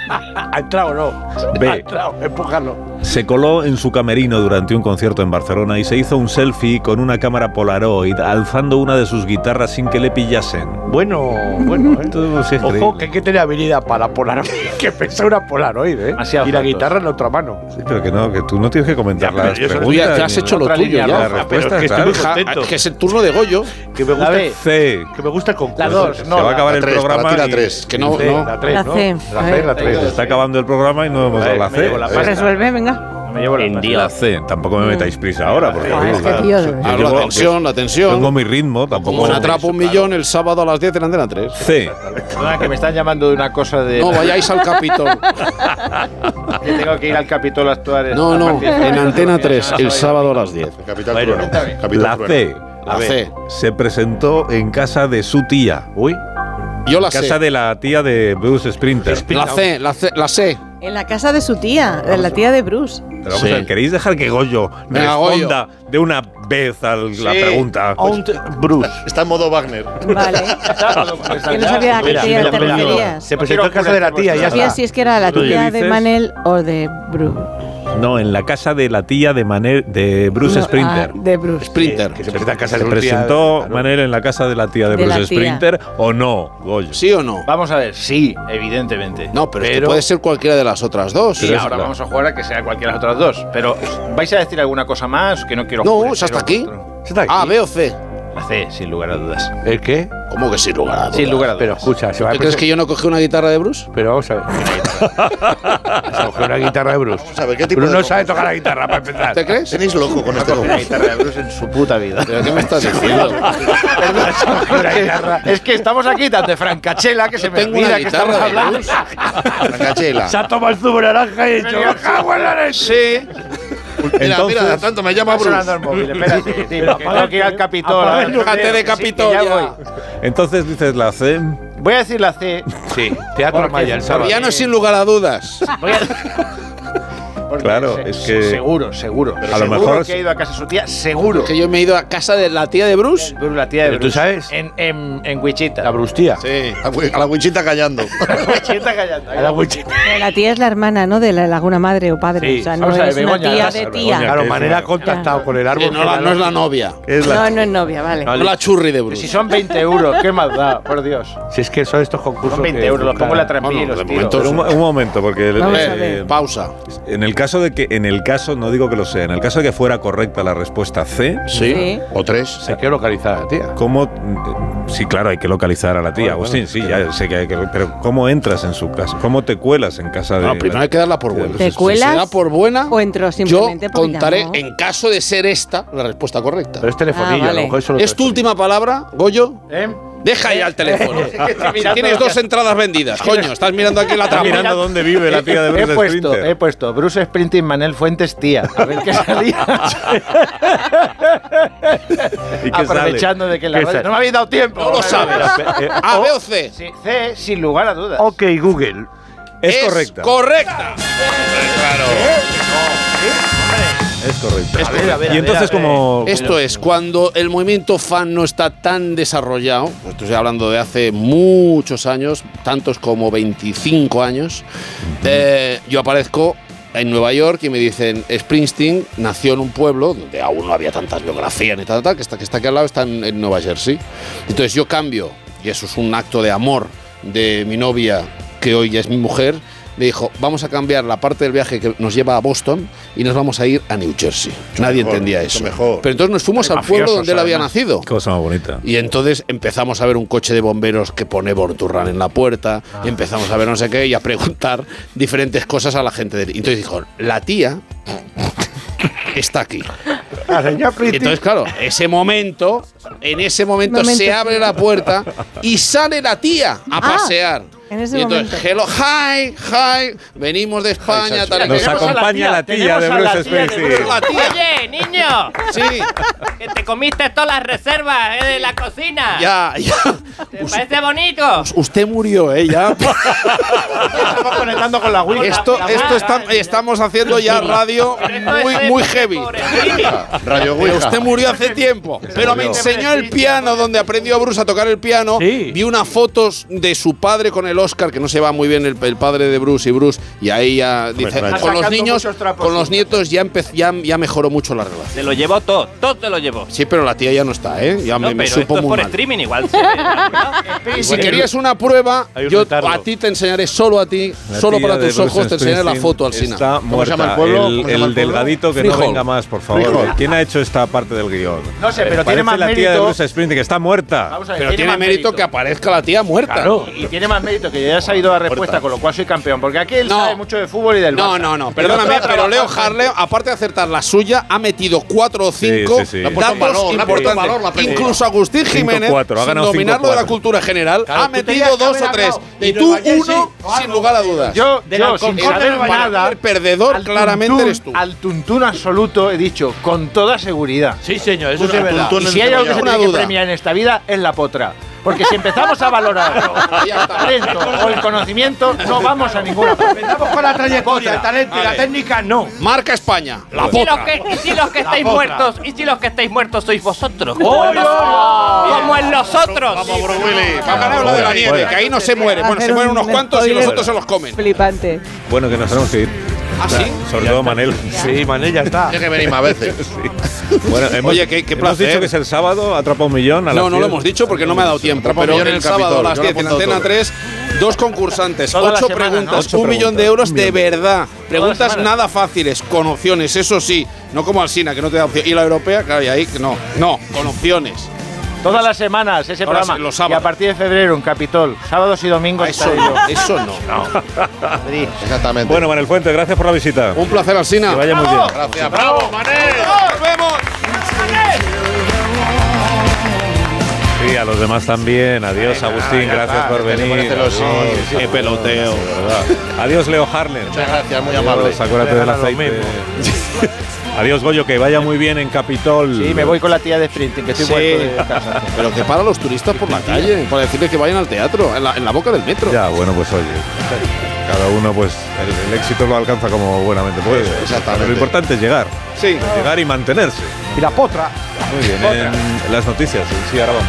Speaker 5: ¿Ha entrado o no?
Speaker 1: Ve.
Speaker 5: Ha entrado, empújalo.
Speaker 1: Se coló en su camerino durante un concierto en Barcelona y se hizo un selfie con una cámara Polaroid alzando una de sus guitarras sin que le pillasen.
Speaker 5: Bueno, bueno, ¿eh?
Speaker 1: Todo es
Speaker 5: Ojo,
Speaker 1: increíble.
Speaker 5: que hay que tener habilidad para Polaroid. que pesa una Polaroid, ¿eh?
Speaker 2: Demasiado
Speaker 5: y la
Speaker 2: fotos.
Speaker 5: guitarra en la otra mano.
Speaker 1: Sí, pero que no, que tú no tienes que comentar
Speaker 5: Ya, pero
Speaker 1: las
Speaker 5: yo solo-
Speaker 1: preguntas.
Speaker 4: Tú ya, ya has
Speaker 1: ni-
Speaker 4: hecho lo
Speaker 2: Otra
Speaker 4: tuyo
Speaker 2: línea
Speaker 1: la
Speaker 4: ya.
Speaker 2: roja.
Speaker 1: respuesta,
Speaker 5: Ah, pero es que estoy
Speaker 1: claro.
Speaker 5: muy
Speaker 4: Ja-
Speaker 5: contento.
Speaker 4: que es el turno de Goyo.
Speaker 5: Que me
Speaker 2: La
Speaker 5: gusta,
Speaker 2: B.
Speaker 1: C. Pues
Speaker 5: que me gusta el concurso.
Speaker 2: La dos, no,
Speaker 1: se va a
Speaker 2: la-
Speaker 1: acabar
Speaker 3: la
Speaker 1: el
Speaker 3: 3,
Speaker 1: programa.
Speaker 3: para ti la
Speaker 1: y-
Speaker 3: 3.
Speaker 4: Que no, Ah,
Speaker 5: C,
Speaker 4: no.
Speaker 5: La 3,
Speaker 6: La
Speaker 5: ¿no?
Speaker 6: C,
Speaker 5: La
Speaker 6: a
Speaker 5: C,
Speaker 6: ver.
Speaker 5: la 3.
Speaker 1: Se está acabando el programa y no hemos dado la
Speaker 5: me llevo
Speaker 1: C.
Speaker 5: la
Speaker 1: La,
Speaker 6: Pues Resuelve, venga.
Speaker 2: Me llevo la
Speaker 11: En
Speaker 2: razón.
Speaker 11: Dios.
Speaker 1: C. Tampoco me metáis prisa ahora. Porque
Speaker 6: Ah, es que, tío, de verdad.
Speaker 4: Ahora
Speaker 1: Yo
Speaker 4: la
Speaker 1: llevo-
Speaker 4: tensión, la tensión.
Speaker 1: tengo mi ritmo. Tampoco
Speaker 4: Como un atrapo un millón el sábado a las 10 de la antena 3.
Speaker 1: C.
Speaker 2: Perdona, que me están llamando de una cosa de
Speaker 4: No vayáis al Capitol.
Speaker 2: que tengo que ir al Capitol a actuar.
Speaker 4: No,
Speaker 2: a
Speaker 4: no,
Speaker 2: partir de-
Speaker 4: en Antena 3, el sábado a las 10.
Speaker 3: Capital
Speaker 5: Bueno,
Speaker 3: Trueno. Capital
Speaker 1: La
Speaker 3: Trueno.
Speaker 1: C.
Speaker 4: La C.
Speaker 1: Se presentó en casa de su tía.
Speaker 5: Uy,
Speaker 4: Yo la
Speaker 1: Casa
Speaker 4: sé.
Speaker 1: de la tía de Bruce Sprinter.
Speaker 4: La C, la C, la C.
Speaker 6: En la casa de su tía, de la tía de Bruce.
Speaker 1: Pero vamos
Speaker 4: Sí.
Speaker 1: a ver, ¿queréis dejar que Goyo
Speaker 4: Venga,
Speaker 1: responda de una vez a la pregunta?
Speaker 5: Bruce.
Speaker 3: Está en modo Wagner.
Speaker 6: Vale. que no sabía a qué
Speaker 5: Mira,
Speaker 6: tía
Speaker 5: mira,
Speaker 6: te
Speaker 5: mira.
Speaker 6: referías.
Speaker 5: Se presentó en casa de la tía, ya
Speaker 6: No sabía
Speaker 5: está.
Speaker 6: si es que era la
Speaker 1: Tú ya
Speaker 6: tía de
Speaker 1: dices-
Speaker 6: Manel o de Bruce.
Speaker 1: No, en la casa de la tía de, Manel- de Bruce
Speaker 6: No,
Speaker 1: Sprinter.
Speaker 6: ah, de Bruce.
Speaker 4: Sprinter.
Speaker 5: Que se presenta en casa
Speaker 1: ¿Se
Speaker 5: de su tía,
Speaker 1: presentó
Speaker 5: claro.
Speaker 1: Manel en la casa de la tía de,
Speaker 6: De la
Speaker 1: Bruce
Speaker 6: tía.
Speaker 1: Sprinter o no, Goyo?
Speaker 4: ¿Sí o no?
Speaker 2: Vamos a ver, sí, evidentemente.
Speaker 4: No, pero, es que
Speaker 2: Pero-
Speaker 4: puede ser cualquiera de las otras dos.
Speaker 2: Y ahora vamos a jugar a que sea cualquiera de las otras dos. Pero, ¿vais a decir alguna cosa más? Que no quiero
Speaker 4: No,
Speaker 2: oscurecer
Speaker 4: es hasta
Speaker 2: otro-
Speaker 4: aquí.
Speaker 5: Se está aquí.
Speaker 4: A, B o Ah, C.
Speaker 2: La C, sin lugar a dudas.
Speaker 5: ¿El qué?
Speaker 4: ¿Cómo que sin lugar a dudas?
Speaker 2: Sin lugar a
Speaker 5: Pero
Speaker 2: dudas.
Speaker 5: escucha, se va a
Speaker 4: ¿Tú crees que yo no cogí una guitarra de Bruce?
Speaker 5: Pero vamos a ver. Se cogió una guitarra de Bruce.
Speaker 3: Vamos a ver, ¿qué tipo
Speaker 5: Bruce
Speaker 3: de
Speaker 5: no sabe tocar la guitarra para empezar.
Speaker 4: ¿Te crees?
Speaker 3: Tenéis loco con este
Speaker 2: Una
Speaker 3: juego.
Speaker 2: guitarra de Bruce en su puta vida.
Speaker 4: ¿Pero qué me estás diciendo?
Speaker 2: Es que- es que estamos aquí tan de francachela que se me
Speaker 4: Tengo una
Speaker 2: olvida que estamos
Speaker 4: guitarra de
Speaker 2: hablando.
Speaker 4: Bruce.
Speaker 3: Francachela.
Speaker 5: Se ha tomado el zumo de naranja y he dicho, cago en la leche.
Speaker 4: Sí. Mira, mira,
Speaker 1: Entonces-
Speaker 4: tanto me llama
Speaker 2: Está sonando
Speaker 4: Bruce.
Speaker 2: el móvil, espérate. Sí, porque tengo que ir al Capitol.
Speaker 5: Apaga el
Speaker 2: Déjate
Speaker 4: de Capitol,
Speaker 2: ya
Speaker 4: ya.
Speaker 2: voy.
Speaker 1: Entonces dices la C.
Speaker 2: Voy a decir la C.
Speaker 5: Sí, teatro
Speaker 2: Porque-
Speaker 5: Maya el sábado.
Speaker 4: Ya no es sin lugar a dudas.
Speaker 2: Voy a- porque
Speaker 1: Claro,
Speaker 2: se-
Speaker 1: es que-
Speaker 2: Seguro, seguro.
Speaker 1: lo
Speaker 2: seguro
Speaker 1: mejor
Speaker 2: que ha ido a casa de su tía, seguro.
Speaker 4: Que yo me he ido a casa de la tía de Bruce.
Speaker 2: Bruce, la tía de
Speaker 5: Pero tú
Speaker 2: Bruce.
Speaker 5: sabes.
Speaker 2: En, en, en Wichita.
Speaker 5: La brustía.
Speaker 4: Sí.
Speaker 3: A wi- A la winchita callando.
Speaker 2: Wichita callando.
Speaker 5: A la Wichita.
Speaker 6: Pero la tía es la hermana, ¿no? De la Laguna Madre o Padre.
Speaker 5: Sí,
Speaker 6: o sea, no
Speaker 2: vamos a ver,
Speaker 6: es una
Speaker 2: Begoña,
Speaker 6: tía
Speaker 2: vas a
Speaker 6: de
Speaker 2: ver,
Speaker 6: tía.
Speaker 1: Begoña.
Speaker 5: Claro,
Speaker 1: es
Speaker 5: Manera
Speaker 1: una-
Speaker 5: ha contactado con el
Speaker 4: Que
Speaker 5: árbol.
Speaker 4: no, la- no es la novia.
Speaker 1: Es la
Speaker 6: No, no es novia, vale.
Speaker 5: No,
Speaker 4: No la churri de
Speaker 2: Si
Speaker 4: Bruce.
Speaker 2: son 20 euros, qué más da, por Dios.
Speaker 5: Si es que Pues son estos concursos.
Speaker 2: Son 20
Speaker 5: que-
Speaker 2: euros, los pongo en la trampilla y
Speaker 4: Bueno,
Speaker 2: los
Speaker 4: de
Speaker 2: tiro.
Speaker 4: momento
Speaker 1: Pero un, un momento, porque
Speaker 6: Vamos a
Speaker 1: eh,
Speaker 6: ver.
Speaker 4: Pausa.
Speaker 1: en el caso de que, en el caso, no digo que lo sea, en el caso de que fuera correcta la respuesta C,
Speaker 6: Sí.
Speaker 3: O tres.
Speaker 5: Hay que localizar a la tía.
Speaker 1: ¿cómo? eh, Sí, claro, hay que localizar a la tía.
Speaker 5: Bueno,
Speaker 1: Agustín,
Speaker 5: bueno,
Speaker 1: sí, ya sé que hay que. Pero ¿cómo entras en su casa? ¿Cómo te cuelas en casa de.?
Speaker 4: No, primero hay que darla por buena.
Speaker 1: ¿Te
Speaker 4: Si se
Speaker 6: cuelas
Speaker 4: da por buena,
Speaker 6: o entro
Speaker 4: Ah. yo
Speaker 6: simplemente porque
Speaker 4: contaré,
Speaker 6: llamó?
Speaker 4: en caso de ser esta, la respuesta correcta.
Speaker 5: Pero es telefonillo,
Speaker 6: Ah, vale.
Speaker 5: a lo mejor eso lo
Speaker 4: ¿Es tu última palabra, Goyo?
Speaker 2: ¿Eh?
Speaker 4: Deja ya el teléfono.
Speaker 2: Es que estoy mirando
Speaker 4: Tienes dos entradas vendidas, coño. Estás mirando aquí la
Speaker 1: Está mirando
Speaker 4: trampa.
Speaker 1: dónde vive la tía de
Speaker 2: He
Speaker 1: Bruce
Speaker 2: puesto,
Speaker 1: Sprinter.
Speaker 2: he puesto Bruce Sprinting, Manel Fuentes, tía. A ver qué salía.
Speaker 1: ¿Y qué sale?
Speaker 2: Aprovechando de que la
Speaker 5: ¿Qué
Speaker 2: radio-
Speaker 5: sale?
Speaker 2: No me habéis dado tiempo.
Speaker 4: No lo sabes. A, B o C.
Speaker 2: Sí, C, sin lugar a dudas.
Speaker 5: Ok, Google.
Speaker 1: Es correcta.
Speaker 4: Correcta.
Speaker 1: Es correcto.
Speaker 4: Es
Speaker 1: A ver,
Speaker 4: correcto.
Speaker 1: a ver, a Y entonces, ver, a ver. como-
Speaker 4: Esto es, cuando el movimiento fan no está tan desarrollado, esto estoy hablando de hace muchos años, tantos como 25 años, eh, yo aparezco en Nueva York y me dicen, Springsteen nació en un pueblo donde aún no había tantas biografías ni tal, tal, que está, que está aquí al lado, está en, en Nueva Jersey. Entonces yo cambio, y eso es un acto de amor de mi novia, que hoy ya es mi mujer, le dijo, vamos a cambiar la parte del viaje que nos lleva a Boston y nos vamos a ir a New Jersey. Nadie
Speaker 3: mejor,
Speaker 4: entendía
Speaker 3: mucho
Speaker 4: eso.
Speaker 3: mejor.
Speaker 4: Pero entonces nos fuimos
Speaker 3: Hay
Speaker 4: al pueblo
Speaker 3: mafiosos,
Speaker 4: donde él había
Speaker 3: además.
Speaker 4: nacido.
Speaker 1: Cosa más bonita.
Speaker 4: Y entonces empezamos a ver un coche de bomberos que pone Borturran en la puerta,
Speaker 6: Ah.
Speaker 4: y empezamos a ver no sé qué y a preguntar diferentes cosas a la gente. De... Y entonces dijo, la tía está aquí. Y entonces, claro, ese momento, en ese momento,
Speaker 6: Momento.
Speaker 4: se abre la puerta y sale la tía a
Speaker 6: Ah,
Speaker 4: pasear.
Speaker 6: en ese
Speaker 4: y entonces,
Speaker 6: momento.
Speaker 4: hello, hi, hi, venimos de España,
Speaker 1: Sancho.
Speaker 4: tal y
Speaker 1: Nos
Speaker 4: cual.
Speaker 1: acompaña la tía Tenemos a de la Bruce tía de Springsteen. Bruce.
Speaker 4: La tía.
Speaker 7: Oye, niño.
Speaker 4: Sí.
Speaker 7: Que te comiste todas las reservas eh, de la cocina.
Speaker 4: Ya, ya.
Speaker 7: ¿Te parece bonito?
Speaker 4: Usted murió, ¿eh? Ya. Estamos
Speaker 2: conectando con la Wii.
Speaker 4: Esto, esto está- estamos haciendo ya radio muy, muy heavy.
Speaker 3: Radio
Speaker 4: Pero
Speaker 3: Ouija.
Speaker 4: usted murió hace tiempo. Pero me
Speaker 3: murió.
Speaker 4: enseñó el piano donde aprendió a Bruce a tocar el piano. Vi unas fotos de su padre con el Oscar, que no se va muy bien el, el padre de Bruce y Bruce. Y ahí ya dice,
Speaker 3: claro.
Speaker 4: con los
Speaker 7: Sacando
Speaker 4: niños,
Speaker 7: muchos trapos
Speaker 4: con los nietos ya, empe- ya, ya mejoró mucho la relación.
Speaker 7: Se lo llevó todo, todo te lo llevó.
Speaker 4: Sí, pero la tía ya no está, ¿eh? Ya
Speaker 7: No,
Speaker 4: me, me
Speaker 7: pero
Speaker 4: supo
Speaker 7: esto es
Speaker 4: muy
Speaker 7: por
Speaker 4: mal.
Speaker 7: streaming igual. se ve, ¿no?
Speaker 4: Y si querías una prueba, yo a ti te enseñaré solo a ti,
Speaker 1: La
Speaker 4: solo
Speaker 1: tía
Speaker 4: para
Speaker 1: de
Speaker 4: tus
Speaker 1: Bruce
Speaker 4: ojos, te enseñaré la
Speaker 1: Springsteen
Speaker 4: foto al Sina.
Speaker 1: Está muerta. El, el delgadito que no
Speaker 4: Freehold.
Speaker 1: venga más, por favor.
Speaker 4: Freehold.
Speaker 1: ¿Quién ha hecho esta parte del guión? Eh,
Speaker 4: No sé, pero
Speaker 1: Parece
Speaker 4: tiene más
Speaker 1: la tía de
Speaker 4: mérito-
Speaker 1: Bruce Springsteen que está muerta.
Speaker 4: Pero tiene mérito que aparezca la tía muerta.
Speaker 2: Y tiene más mérito que yo haya sabido la respuesta, con lo cual soy campeón. Porque aquí él sabe mucho de fútbol y del
Speaker 4: No,
Speaker 2: Barça.
Speaker 4: no, no,
Speaker 2: El otro
Speaker 4: perdóname,
Speaker 2: ha
Speaker 4: pero Leo
Speaker 2: trabajado-
Speaker 4: Harlem, aparte de acertar la suya, ha metido 4 o 5
Speaker 1: sí, sí. Le ha puesto
Speaker 4: datos
Speaker 1: valor, le ha puesto
Speaker 4: importantes.
Speaker 1: valor la película.
Speaker 4: Incluso Agustín
Speaker 1: Cinco,
Speaker 4: Jiménez,
Speaker 1: cuatro, ha
Speaker 4: sin
Speaker 1: ganado cinco,
Speaker 4: dominarlo de la
Speaker 1: cuatro.
Speaker 4: cultura general,
Speaker 2: Claro,
Speaker 4: ha
Speaker 2: tú tenías
Speaker 4: metido
Speaker 2: que
Speaker 4: dos
Speaker 2: haber
Speaker 4: o tres.
Speaker 2: hablado de
Speaker 4: Y tú,
Speaker 2: Nueva Jersey
Speaker 4: uno, sin lugar a dudas.
Speaker 2: Yo, yo sin saber nada,
Speaker 4: el perdedor
Speaker 2: al
Speaker 4: claramente
Speaker 2: tuntún-
Speaker 4: eres tú.
Speaker 2: Al tuntún absoluto he dicho, con toda seguridad.
Speaker 4: Sí, señor,
Speaker 2: Eso es verdad. Y si hay algo que se tiene que premiar en esta vida, es la potra. Porque si empezamos a valorar el talento o el conocimiento, no vamos a ninguna parte. Empezamos con la trayectoria, el talento
Speaker 4: y la
Speaker 2: técnica, no.
Speaker 4: Marca España,
Speaker 2: la
Speaker 7: ¿Y si, los
Speaker 2: potra.
Speaker 7: que, y si los que estáis
Speaker 2: potra.
Speaker 7: muertos, y si los que estáis muertos sois vosotros. Como, en, los, como en los otros.
Speaker 4: habla de la nieve,
Speaker 1: fuera.
Speaker 4: que ahí no se muere. Bueno, se
Speaker 1: Hacer
Speaker 4: mueren
Speaker 1: un
Speaker 4: unos cuantos y los
Speaker 1: spoiler.
Speaker 4: otros se los comen.
Speaker 12: Flipante.
Speaker 1: Bueno, que nos tenemos que ir.
Speaker 4: ¿Ah, sí?
Speaker 1: Sobre todo Manel.
Speaker 13: Sí, Manel ya está.
Speaker 4: Tiene que venir más veces.
Speaker 1: Sí. Bueno, hemos,
Speaker 4: Oye, qué- qué
Speaker 1: hemos
Speaker 4: placer.
Speaker 1: dicho que es el sábado, atrapa un millón. A las
Speaker 4: No, no lo
Speaker 1: 10.
Speaker 4: hemos dicho porque no me ha dado tiempo.
Speaker 1: Atrapa un
Speaker 4: Pero
Speaker 1: millón en
Speaker 4: el
Speaker 1: el
Speaker 4: sábado a
Speaker 1: Capitol,
Speaker 4: las
Speaker 1: yo lo he
Speaker 4: 10 en
Speaker 1: apuntado
Speaker 4: Antena
Speaker 1: todo.
Speaker 4: 3, dos concursantes,
Speaker 1: Toda la
Speaker 4: ocho
Speaker 1: semana, ¿no?
Speaker 4: preguntas,
Speaker 1: Ocho
Speaker 4: un millón
Speaker 1: preguntas,
Speaker 4: de euros
Speaker 1: un
Speaker 4: de
Speaker 1: millón.
Speaker 4: verdad. Preguntas
Speaker 1: semana.
Speaker 4: nada fáciles, con opciones, eso sí. No como Alsina, que no te da opción. Y la europea, claro, y ahí que no. No, con opciones.
Speaker 2: Todas las semanas ese
Speaker 4: Ahora
Speaker 2: programa.
Speaker 4: sí, los
Speaker 2: y a partir de febrero en Capitol, sábados y domingos.
Speaker 4: Eso
Speaker 2: estaré
Speaker 4: no,
Speaker 2: yo.
Speaker 4: eso no.
Speaker 2: Madrid.
Speaker 3: Exactamente.
Speaker 1: Bueno, Manel Fuente, gracias por la visita.
Speaker 4: Un placer, Alsina.
Speaker 1: Que vaya muy bien.
Speaker 3: Gracias. Bravo, Manel.
Speaker 4: Nos vemos.
Speaker 1: Sí, a los demás también. Adiós, Agustín.
Speaker 3: ya
Speaker 1: gracias
Speaker 3: está,
Speaker 1: por
Speaker 3: que te
Speaker 1: venir.
Speaker 3: pones celoso.
Speaker 1: Qué peloteo. Adiós, Leo Harlem.
Speaker 3: Muchas gracias, muy
Speaker 1: Adiós,
Speaker 3: amable.
Speaker 1: Acuérdate del
Speaker 3: Regala lo
Speaker 1: aceite. Adiós, Goyo, que vaya muy bien en Capitol.
Speaker 2: Sí, me voy con la tía de sprinting, que estoy
Speaker 1: Sí.
Speaker 2: muerto de cansancio.
Speaker 4: Pero que para los turistas por la calle, para decirles que vayan al teatro, en la, en la boca del metro.
Speaker 1: Ya, bueno, pues oye. Cada uno, pues, el, el éxito lo alcanza como buenamente puede.
Speaker 3: Exactamente.
Speaker 1: Lo importante es llegar.
Speaker 4: Sí.
Speaker 1: Llegar y mantenerse.
Speaker 2: Y la potra.
Speaker 1: Muy bien.
Speaker 2: Otra.
Speaker 1: en las noticias. Sí, ahora vamos.